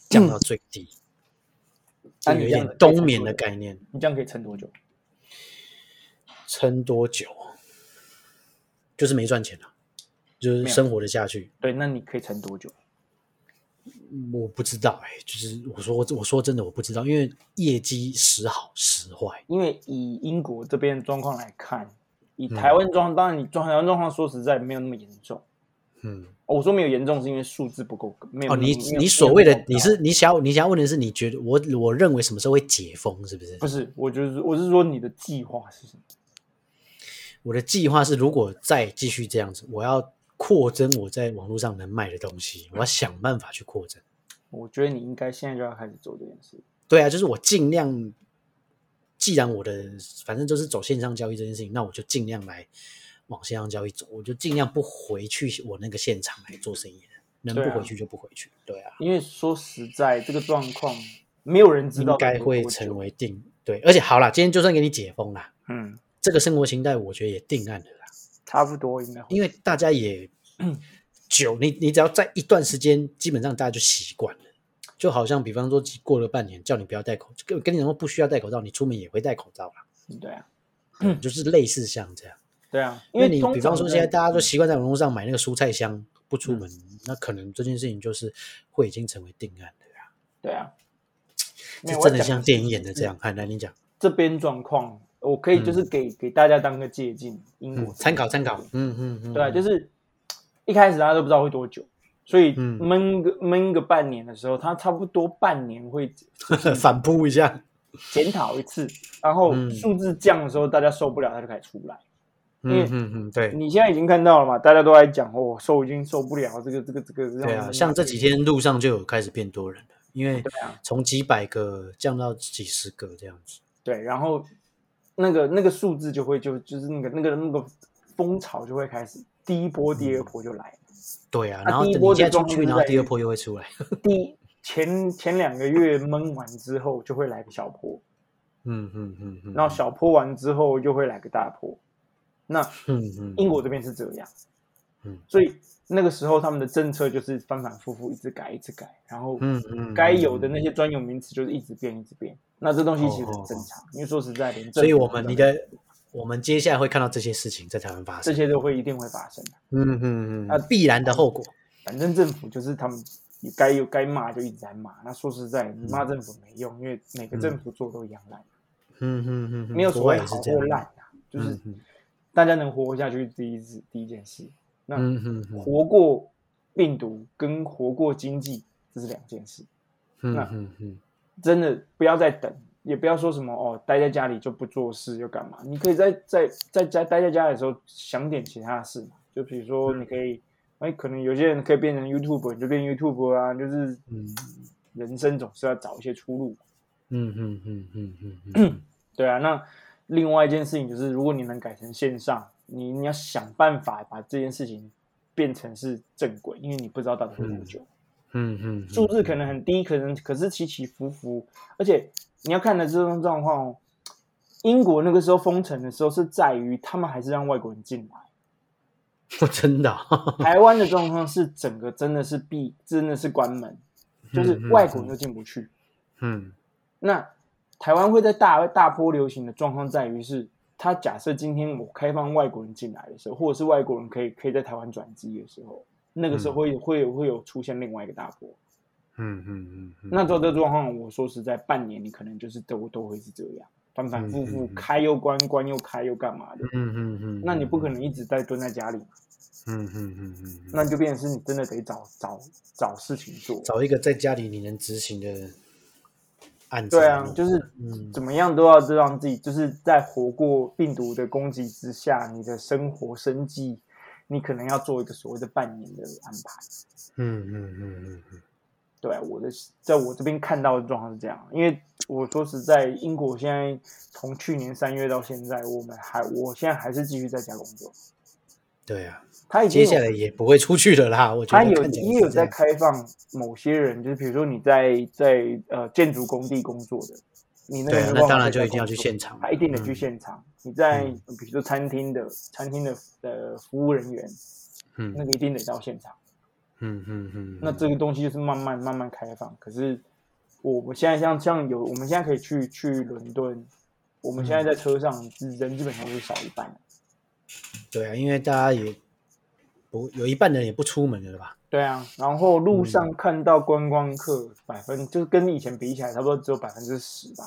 [SPEAKER 1] 降到最低，就
[SPEAKER 2] 嗯那
[SPEAKER 1] 有
[SPEAKER 2] 你
[SPEAKER 1] 一
[SPEAKER 2] 这样
[SPEAKER 1] 点
[SPEAKER 2] 子可以
[SPEAKER 1] 冬
[SPEAKER 2] 撑
[SPEAKER 1] 眠
[SPEAKER 2] 多
[SPEAKER 1] 的
[SPEAKER 2] 久
[SPEAKER 1] 概念，
[SPEAKER 2] 你这样可以撑多久？
[SPEAKER 1] 撑多久？就是没赚钱了、就是
[SPEAKER 2] 没有
[SPEAKER 1] 生活的下去。
[SPEAKER 2] 对，那你可以撑多久？
[SPEAKER 1] 我不知道哎、就是我说我说真的我不知道，因为业绩时好时坏，
[SPEAKER 2] 因为以英国这边的状况来看，以台湾状况，当然你状台湾状况说实在没有那么严重。
[SPEAKER 1] 嗯，
[SPEAKER 2] 哦我说没有严重，是因为数字不够高，没有
[SPEAKER 1] 哦，
[SPEAKER 2] 那么
[SPEAKER 1] 你
[SPEAKER 2] 没有
[SPEAKER 1] 你所谓的你是你想要你想要问的是，你觉得我我认为什么时候会解封，是不是？
[SPEAKER 2] 不是？我就是我是说你的计划是什么？
[SPEAKER 1] 我的计划是，如果再继续这样子，我要扩增我在网络上能卖的东西，我要想办法去扩增。
[SPEAKER 2] 我觉得你应该现在就要开始做这件事。
[SPEAKER 1] 对啊，就是我尽量，既然我的反正就是走线上交易这件事情，那我就尽量来往线上交易走，我就尽量不回去我那个现场来做生意的，能
[SPEAKER 2] 对啊
[SPEAKER 1] 不回去就不回去。对啊，
[SPEAKER 2] 因为说实在，这个状况没有人知道
[SPEAKER 1] 应该会
[SPEAKER 2] 多久
[SPEAKER 1] 成为定对，而且好啦，今天就算给你解封啦，
[SPEAKER 2] 嗯，
[SPEAKER 1] 这个生活形态我觉得也定案了啦，
[SPEAKER 2] 差不多应该会
[SPEAKER 1] 因为大家也久，你你只要在一段时间，基本上大家就习惯了。就好像比方说过了半年，叫你不要戴口，跟跟你说不需要戴口罩，你出门也会戴口罩啦，
[SPEAKER 2] 对啊，
[SPEAKER 1] 嗯、就是类似像这样。
[SPEAKER 2] 对啊，
[SPEAKER 1] 因
[SPEAKER 2] 为
[SPEAKER 1] 为你
[SPEAKER 2] 通
[SPEAKER 1] 比方
[SPEAKER 2] 常嗯
[SPEAKER 1] 说
[SPEAKER 2] 在
[SPEAKER 1] 现在大家都习惯在网络上买那个蔬菜箱不出门，那可能这件事情就是会已经成为定案了呀。
[SPEAKER 2] 对啊，没有
[SPEAKER 1] 这
[SPEAKER 2] 我
[SPEAKER 1] 真的
[SPEAKER 2] 讲嗯
[SPEAKER 1] 像电影演的这样。哎，来你讲，
[SPEAKER 2] 这边状况，我可以就是给、给大家当个借鉴，英
[SPEAKER 1] 嗯
[SPEAKER 2] 国，
[SPEAKER 1] 参考参考，嗯嗯嗯，
[SPEAKER 2] 对啊，就是是一开始大家都不知道会多久，所以
[SPEAKER 1] 嗯
[SPEAKER 2] 闷个、闷个半年的时候，他差不多半年会
[SPEAKER 1] 反扑一下，
[SPEAKER 2] 检讨一次，然后
[SPEAKER 1] 嗯
[SPEAKER 2] 数字降的时候，大家受不了，他就开始出来。
[SPEAKER 1] 嗯嗯嗯，对
[SPEAKER 2] 你现在已经看到了嘛？大家都在讲哦，受已经受不了这个这个这个。这
[SPEAKER 1] 对
[SPEAKER 2] 样
[SPEAKER 1] 啊，
[SPEAKER 2] 子
[SPEAKER 1] 像这几天路上就有开始变多人了，因为
[SPEAKER 2] 对啊，
[SPEAKER 1] 从几百个降到几十个这样子，
[SPEAKER 2] 对，然后那个那个数字就会就就是那个那个那个风潮就会开始，第一波、第
[SPEAKER 1] 嗯
[SPEAKER 2] 二波就来了。
[SPEAKER 1] 对啊，
[SPEAKER 2] 啊
[SPEAKER 1] 然后
[SPEAKER 2] 第一
[SPEAKER 1] 等
[SPEAKER 2] 波
[SPEAKER 1] 你
[SPEAKER 2] 的
[SPEAKER 1] 现在
[SPEAKER 2] 状
[SPEAKER 1] 出
[SPEAKER 2] 况
[SPEAKER 1] 去，
[SPEAKER 2] 就
[SPEAKER 1] 然后
[SPEAKER 2] 在
[SPEAKER 1] 第二
[SPEAKER 2] 于
[SPEAKER 1] 波又会出来，
[SPEAKER 2] 第一前前两个月闷完之后，就会来个小坡，
[SPEAKER 1] 嗯嗯嗯嗯，
[SPEAKER 2] 然后小坡完之后又会来个大坡。那
[SPEAKER 1] 嗯嗯
[SPEAKER 2] 英国这边是这样，
[SPEAKER 1] 嗯，
[SPEAKER 2] 所以那个时候他们的政策就是反反复复，一直改，一直改，然后
[SPEAKER 1] 嗯嗯
[SPEAKER 2] 该有的那些专有名词就是一直变，一直变。那这东西其实
[SPEAKER 1] 哦哦
[SPEAKER 2] 很正常，因为说实在，连
[SPEAKER 1] 所以
[SPEAKER 2] 政府
[SPEAKER 1] 我们
[SPEAKER 2] 都
[SPEAKER 1] 你的我们接下来会看到这些事情在台湾发生
[SPEAKER 2] 这。些都会一定会发生的。
[SPEAKER 1] 嗯嗯嗯，
[SPEAKER 2] 啊
[SPEAKER 1] 啊，必然的后果。
[SPEAKER 2] 反正政府就是他们也该有该骂就一直在骂。那说实在，你骂政府没用，因为每个政府做都一样烂，
[SPEAKER 1] 嗯嗯嗯，
[SPEAKER 2] 没有所谓
[SPEAKER 1] 国外也
[SPEAKER 2] 好
[SPEAKER 1] 是这
[SPEAKER 2] 或
[SPEAKER 1] 样
[SPEAKER 2] 烂。啊，就是
[SPEAKER 1] 嗯嗯
[SPEAKER 2] 大家能活下去第一是第一件事。那
[SPEAKER 1] 嗯嗯嗯
[SPEAKER 2] 活过病毒跟活过经济这是两件事，
[SPEAKER 1] 嗯
[SPEAKER 2] 那
[SPEAKER 1] 嗯嗯，
[SPEAKER 2] 真的不要再等。也不要说什么哦，待在家里就不做事又干嘛？你可以在在在家待在家里的时候想点其他的事嘛，就比如说你可以，哎、可能有些人可以变成 YouTube，你就变 YouTube 啊，就是
[SPEAKER 1] 嗯
[SPEAKER 2] 人生总是要找一些出路。
[SPEAKER 1] 嗯嗯嗯嗯嗯 嗯，
[SPEAKER 2] 对啊，那另外一件事情就是，如果你能改成线上，你你要想办法把这件事情变成是正轨，因为你不知道到底会多久，
[SPEAKER 1] 嗯嗯，
[SPEAKER 2] 数字可能很低，可能可是起起伏伏，而且你要看的这种状况哦。英国那个时候封城的时候，是在于他们还是让外国人进来。
[SPEAKER 1] 能真的啊，
[SPEAKER 2] 台湾的状况是整个真的是闭，真的是关门，就是
[SPEAKER 1] 嗯嗯
[SPEAKER 2] 外国人
[SPEAKER 1] 嗯
[SPEAKER 2] 就进不去。
[SPEAKER 1] 嗯
[SPEAKER 2] 那台湾会在大大波流行的状况在于是，他假设今天我开放外国人进来的时候，或者是外国人可以可以在台湾转机的时候，那个时候会、会会有出现另外一个大波。
[SPEAKER 1] 嗯嗯嗯，
[SPEAKER 2] 那照这状况，我说实在，半年你可能就是都都会是这样，反反复复
[SPEAKER 1] 嗯嗯，嗯
[SPEAKER 2] 开又关，关又开又干嘛的。
[SPEAKER 1] 嗯嗯嗯，
[SPEAKER 2] 那你不可能一直在蹲在家里嘛，
[SPEAKER 1] 嗯嗯嗯嗯，
[SPEAKER 2] 那就变成是你真的得找找找事情做。
[SPEAKER 1] 找一个在家里你能执行的案子
[SPEAKER 2] 对
[SPEAKER 1] 来
[SPEAKER 2] 啊
[SPEAKER 1] 弄，，
[SPEAKER 2] 就是
[SPEAKER 1] 嗯
[SPEAKER 2] 怎么样都要让自己，就是在活过病毒的攻击之下，你的生活生计，你可能要做一个所谓的半年的安排。
[SPEAKER 1] 嗯嗯嗯嗯
[SPEAKER 2] 对啊、我的在我这边看到的状况是这样，因为我说实在，英国现在从去年三月到现在，我们还我现在还是继续在家工作，
[SPEAKER 1] 对啊，
[SPEAKER 2] 他已经
[SPEAKER 1] 接
[SPEAKER 2] 有
[SPEAKER 1] 下来也不会出去的啦，我觉
[SPEAKER 2] 他
[SPEAKER 1] 得
[SPEAKER 2] 有
[SPEAKER 1] 看起来
[SPEAKER 2] 也有在开放某些人，就是比如说你在在呃建筑工地工作的，你那个
[SPEAKER 1] 对
[SPEAKER 2] 没
[SPEAKER 1] 啊
[SPEAKER 2] 有，
[SPEAKER 1] 那
[SPEAKER 2] 办法
[SPEAKER 1] 当然
[SPEAKER 2] 在家
[SPEAKER 1] 就一定要
[SPEAKER 2] 工
[SPEAKER 1] 去
[SPEAKER 2] 作
[SPEAKER 1] 现场，
[SPEAKER 2] 他一定得去现场。你在
[SPEAKER 1] 嗯
[SPEAKER 2] 比如说餐厅的餐厅的呃服务人员，
[SPEAKER 1] 嗯
[SPEAKER 2] 那个一定得到现场。
[SPEAKER 1] 嗯嗯嗯，
[SPEAKER 2] 那这个东西就是慢慢慢慢开放。可是我们现在像像有，我们现在可以去去伦敦，我们现在在车上人基本上都是少一半的。
[SPEAKER 1] 对啊，因为大家也不有一半的人也不出门了吧？
[SPEAKER 2] 对啊，然后
[SPEAKER 1] 嗯
[SPEAKER 2] 路上看到观光客百分，就是跟以前比起来，差不多只有百分之十吧，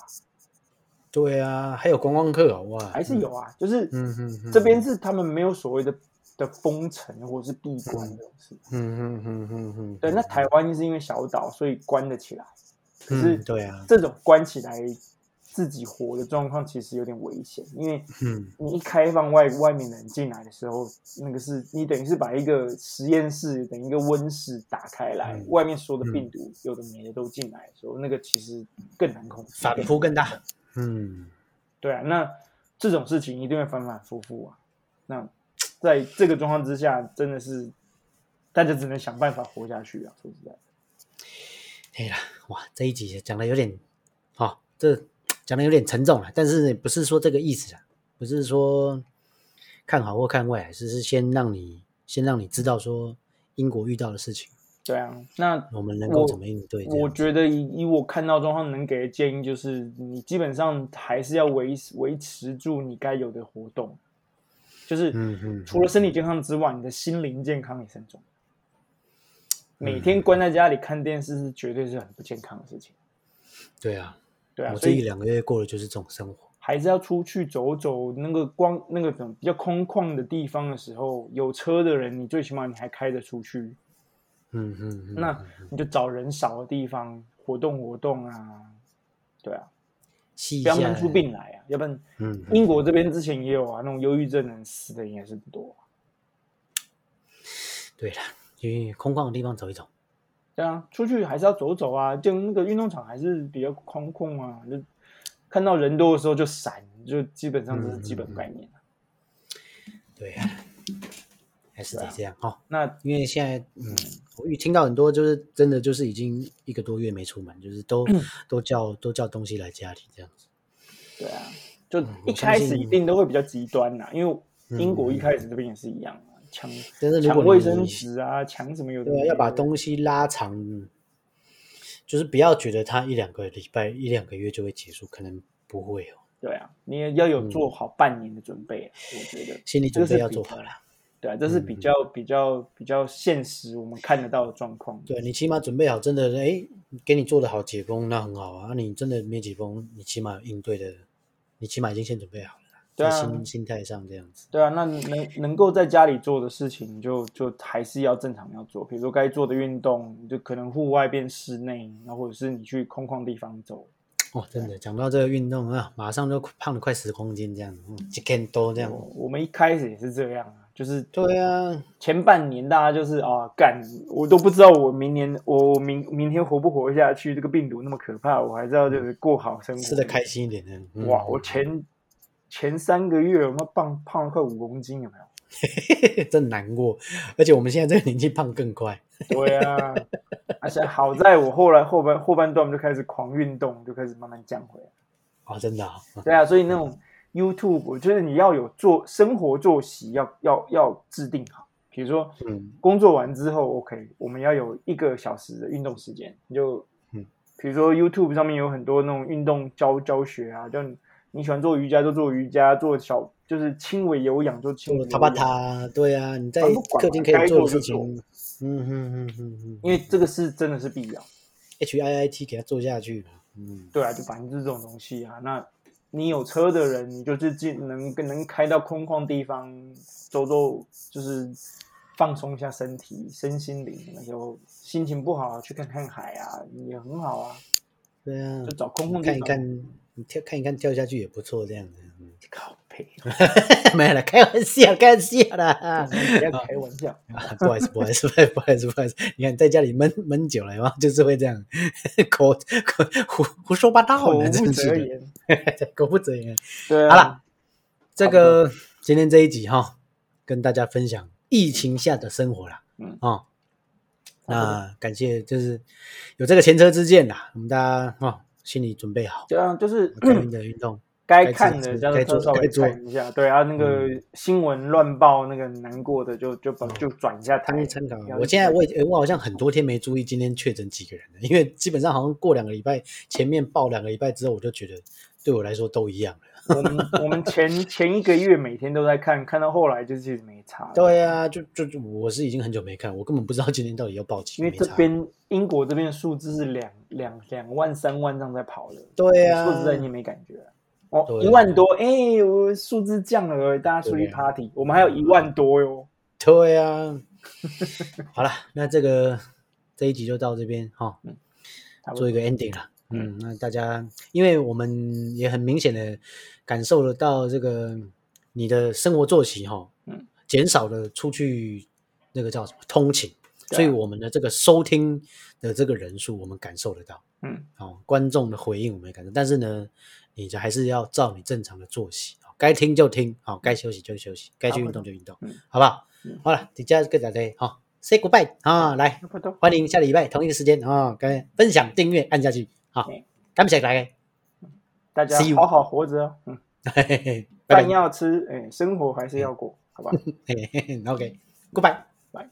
[SPEAKER 1] 对啊，还有观光客、哦、哇，
[SPEAKER 2] 还是有啊。就是
[SPEAKER 1] 嗯嗯嗯
[SPEAKER 2] 这边是他们没有所谓的的封城或者是闭关这种事。
[SPEAKER 1] 嗯嗯嗯嗯嗯，
[SPEAKER 2] 对，那台湾是因为小岛，所以关得起来。可是
[SPEAKER 1] 嗯对啊，
[SPEAKER 2] 这种关起来自己活的状况，其实有点危险，因为
[SPEAKER 1] 嗯
[SPEAKER 2] 你一开放外外面的人进来的时候，那个是你等于是把一个实验室等于一个温室打开来，
[SPEAKER 1] 嗯
[SPEAKER 2] 外面所有的病毒、有的没的都进来的时候，那个其实更难控制。
[SPEAKER 1] 反扑更大，嗯，
[SPEAKER 2] 对啊，那这种事情一定会反反复复啊。那在这个状况之下，真的是大家只能想办法活下去啊！说实在的，
[SPEAKER 1] 对了，哇，这一集讲的有点，好、这讲的有点沉重了，但是不是说这个意思啊？不是说看好或看坏，啊只是先让你先让你知道说英国遇到的事情，
[SPEAKER 2] 对啊，那
[SPEAKER 1] 我们能够
[SPEAKER 2] 我
[SPEAKER 1] 怎么应对这样。
[SPEAKER 2] 我觉得以以我看到状况能给的建议就是，你基本上还是要维维持住你该有的活动，就是
[SPEAKER 1] 嗯嗯
[SPEAKER 2] 除了身体健康之外，你的心灵健康也是很重要。每
[SPEAKER 1] 嗯
[SPEAKER 2] 天关在家里看电视是绝对是很不健康的事情，
[SPEAKER 1] 对啊，
[SPEAKER 2] 对啊，
[SPEAKER 1] 我
[SPEAKER 2] 所
[SPEAKER 1] 这一
[SPEAKER 2] 以
[SPEAKER 1] 两个月过的就是这种生活。
[SPEAKER 2] 还是要出去走走，那个光那个比较空旷的地方的时候，有车的人，你最起码你还开得出去，
[SPEAKER 1] 嗯嗯嗯，
[SPEAKER 2] 那你就找人少的地方活动活动啊，对啊，
[SPEAKER 1] 吸一
[SPEAKER 2] 不要
[SPEAKER 1] 下
[SPEAKER 2] 闷出，病来啊，要不然
[SPEAKER 1] 嗯，嗯
[SPEAKER 2] 英国这边之前也有啊，那种忧郁症人死的也是不多、啊。
[SPEAKER 1] 对了，去空旷的地方走一走。
[SPEAKER 2] 对啊，出去还是要走走啊，就那个运动场还是比较空旷啊，就看到人多的时候就闪，就基本上这是基
[SPEAKER 1] 嗯
[SPEAKER 2] 本概念、啊
[SPEAKER 1] 对呀、啊，还是
[SPEAKER 2] 啊
[SPEAKER 1] 得这样哈、哦，
[SPEAKER 2] 那
[SPEAKER 1] 因为现在，嗯，我遇听到很多就是真的就是已经一个多月没出门，就是都
[SPEAKER 2] 嗯
[SPEAKER 1] 都叫都叫东西来家里这样子。
[SPEAKER 2] 对啊，就
[SPEAKER 1] 嗯我
[SPEAKER 2] 一
[SPEAKER 1] 相
[SPEAKER 2] 开始
[SPEAKER 1] 信
[SPEAKER 2] 一定都会比较极端呐、因为英国一开始这边也是一样啊，抢
[SPEAKER 1] 但是如
[SPEAKER 2] 抢
[SPEAKER 1] 果
[SPEAKER 2] 卫
[SPEAKER 1] 你
[SPEAKER 2] 生纸啊，抢什么有的
[SPEAKER 1] 对
[SPEAKER 2] 没
[SPEAKER 1] 啊，
[SPEAKER 2] 的
[SPEAKER 1] 要把东西拉长，就是不要觉得它一两个礼拜、一两个月就会结束，可能不会哦，
[SPEAKER 2] 对啊，你也要
[SPEAKER 1] 嗯
[SPEAKER 2] 有做好半年的准备、啊，我觉得
[SPEAKER 1] 心理
[SPEAKER 2] 这
[SPEAKER 1] 准备
[SPEAKER 2] 是
[SPEAKER 1] 要
[SPEAKER 2] 比
[SPEAKER 1] 做
[SPEAKER 2] 较
[SPEAKER 1] 好啦。
[SPEAKER 2] 对啊，这是比
[SPEAKER 1] 嗯
[SPEAKER 2] 较、比较比较现实，我们看得到的状况。啊
[SPEAKER 1] 对你起码准备好，真的哎，给你做的好解封，那很好啊。你真的没解封，你起码应对的，你起码已经先准备好了啦，
[SPEAKER 2] 对
[SPEAKER 1] 在
[SPEAKER 2] 啊
[SPEAKER 1] 心心态上这样子。
[SPEAKER 2] 对啊，那能能够在家里做的事情就，就还是要正常要做，比如说该做的运动，就可能户外变室内，然后或者是你去空旷地方走。
[SPEAKER 1] 哦，真的，讲到这个运动啊，马上就胖了快十公斤这样，嗯一天多这样。
[SPEAKER 2] 我我们一开始也是这样啊，就是
[SPEAKER 1] 对啊，
[SPEAKER 2] 前半年大家就是啊干，我都不知道我明年我我明明天活不活下去，这个病毒那么可怕，我还是要就是过好生活。
[SPEAKER 1] 嗯吃的开心一点的。嗯
[SPEAKER 2] 哇，我前前三个月有没有胖胖了快五公斤有没有？
[SPEAKER 1] 真难过，而且我们现在这个年纪胖更快。
[SPEAKER 2] 对啊，而且好在我后来后半后半段我们就开始狂运动，就开始慢慢降回来。
[SPEAKER 1] 哦，真的、哦，嗯
[SPEAKER 2] 对啊，所以那种 YouTube 我觉得你要有做生活作息要要要制定好，比如说
[SPEAKER 1] 嗯
[SPEAKER 2] 工作完之后 OK，我们要有一个小时的运动时间，你就
[SPEAKER 1] 嗯
[SPEAKER 2] 比如说 YouTube 上面有很多那种运动教教学啊，就你你喜欢做瑜伽就做瑜伽，做小就是轻微有氧就轻
[SPEAKER 1] 做
[SPEAKER 2] 微有
[SPEAKER 1] 塔巴
[SPEAKER 2] 氧。
[SPEAKER 1] 塔，对啊，你在
[SPEAKER 2] 管不管
[SPEAKER 1] 客
[SPEAKER 2] 嘛
[SPEAKER 1] 厅可以
[SPEAKER 2] 该
[SPEAKER 1] 做的
[SPEAKER 2] 做
[SPEAKER 1] 事
[SPEAKER 2] 就
[SPEAKER 1] 情
[SPEAKER 2] 做，
[SPEAKER 1] 嗯嗯嗯嗯
[SPEAKER 2] 因为这个是真的是必要。
[SPEAKER 1] ，H I I T 给它做下去，嗯，
[SPEAKER 2] 对啊，就反正就是这种东西啊。那你有车的人，你就是尽能能开到空旷地方，走走，就是放松一下身体、身心灵。那就心情不好，去看看海啊，也很好啊。
[SPEAKER 1] 对啊
[SPEAKER 2] 就，找空旷地
[SPEAKER 1] 看一
[SPEAKER 2] 方
[SPEAKER 1] 看，你跳看一看跳下去也不错，这样子， 嗯
[SPEAKER 2] 靠背，
[SPEAKER 1] 没有了，开玩笑，开玩笑啦，
[SPEAKER 2] 不要开玩 笑。
[SPEAKER 1] 啊 不好意思，不好意思， 不好意思，不好意思，你看在家里闷闷久了嘛， 就是会这样，口口胡胡说八道
[SPEAKER 2] 口
[SPEAKER 1] 呢，真
[SPEAKER 2] 不
[SPEAKER 1] 是
[SPEAKER 2] 择
[SPEAKER 1] 的，
[SPEAKER 2] 言。
[SPEAKER 1] 口不择言。
[SPEAKER 2] 对啊，
[SPEAKER 1] 好啦，这个今天这一集哈、跟大家分享疫情下的生活啦。
[SPEAKER 2] 嗯
[SPEAKER 1] 哦，那感谢就是有这个前车之鉴啦，我们大家哦心理准备 好，
[SPEAKER 2] 对啊，就是
[SPEAKER 1] 该运的运动，
[SPEAKER 2] 该
[SPEAKER 1] 该
[SPEAKER 2] 看
[SPEAKER 1] 吃
[SPEAKER 2] 的
[SPEAKER 1] 吃
[SPEAKER 2] 叫
[SPEAKER 1] 该
[SPEAKER 2] 做
[SPEAKER 1] 做
[SPEAKER 2] 稍
[SPEAKER 1] 该
[SPEAKER 2] 微
[SPEAKER 1] 嗯做
[SPEAKER 2] 看一下。对啊，那个新闻乱报，那个难过的就就把就转一下台
[SPEAKER 1] 当。参考
[SPEAKER 2] 不。要
[SPEAKER 1] 我
[SPEAKER 2] 一
[SPEAKER 1] 现
[SPEAKER 2] 直
[SPEAKER 1] 在我已诶我好像很多天没注意今天确诊几个人了，因为基本上好像过两个礼拜，前面报两个礼拜之后，我就觉得对我来说都一样了。
[SPEAKER 2] 我们我们前前一个月每天都在看，看到后来就其实没差。，
[SPEAKER 1] 对啊，就就就我是已经很久没看，我根本不知道今天到底要报几
[SPEAKER 2] 因
[SPEAKER 1] 个。
[SPEAKER 2] 为
[SPEAKER 1] 没
[SPEAKER 2] 这
[SPEAKER 1] 差
[SPEAKER 2] 边英国这边的数字是两两两万三万这样在跑的，
[SPEAKER 1] 对啊，
[SPEAKER 2] 数字在你没感觉啊。哦，
[SPEAKER 1] 对
[SPEAKER 2] 一万多，哎、我数字降了，大家出去
[SPEAKER 1] 对啊
[SPEAKER 2] party，、我们还有一万多哟。
[SPEAKER 1] 对呀、 好了，那这个这一集就到这边哈、
[SPEAKER 2] 差不多
[SPEAKER 1] 做一个 ending 了。嗯，那大家，因为我们也很明显的感受得到这个你的生活作息哈、
[SPEAKER 2] 嗯，
[SPEAKER 1] 减少了出去那个叫什么通勤，
[SPEAKER 2] 对啊
[SPEAKER 1] 所以我们的这个收听的这个人数，我们感受得到。
[SPEAKER 2] 嗯，
[SPEAKER 1] 哦，观众的回应我们也感受，但是呢，你就还是要照你正常的作息啊、哦该听就听，好、该休息就休息，该去运动就运动，
[SPEAKER 2] 嗯
[SPEAKER 1] 好不好？好了，底下跟大家好、say goodbye 啊、来
[SPEAKER 2] 差不多。
[SPEAKER 1] 欢迎下礼拜同一个时间啊、该分享、订阅、按下去，好、
[SPEAKER 2] 对
[SPEAKER 1] 感谢大家，
[SPEAKER 2] 大家
[SPEAKER 1] See you
[SPEAKER 2] 好好活着哦，嗯，
[SPEAKER 1] 嘿嘿嘿，拜
[SPEAKER 2] 饭
[SPEAKER 1] 拜
[SPEAKER 2] 要吃，哎，生活还是要过，好吧？
[SPEAKER 1] 嘿嘿嘿，OK，goodbye。
[SPEAKER 2] 拜。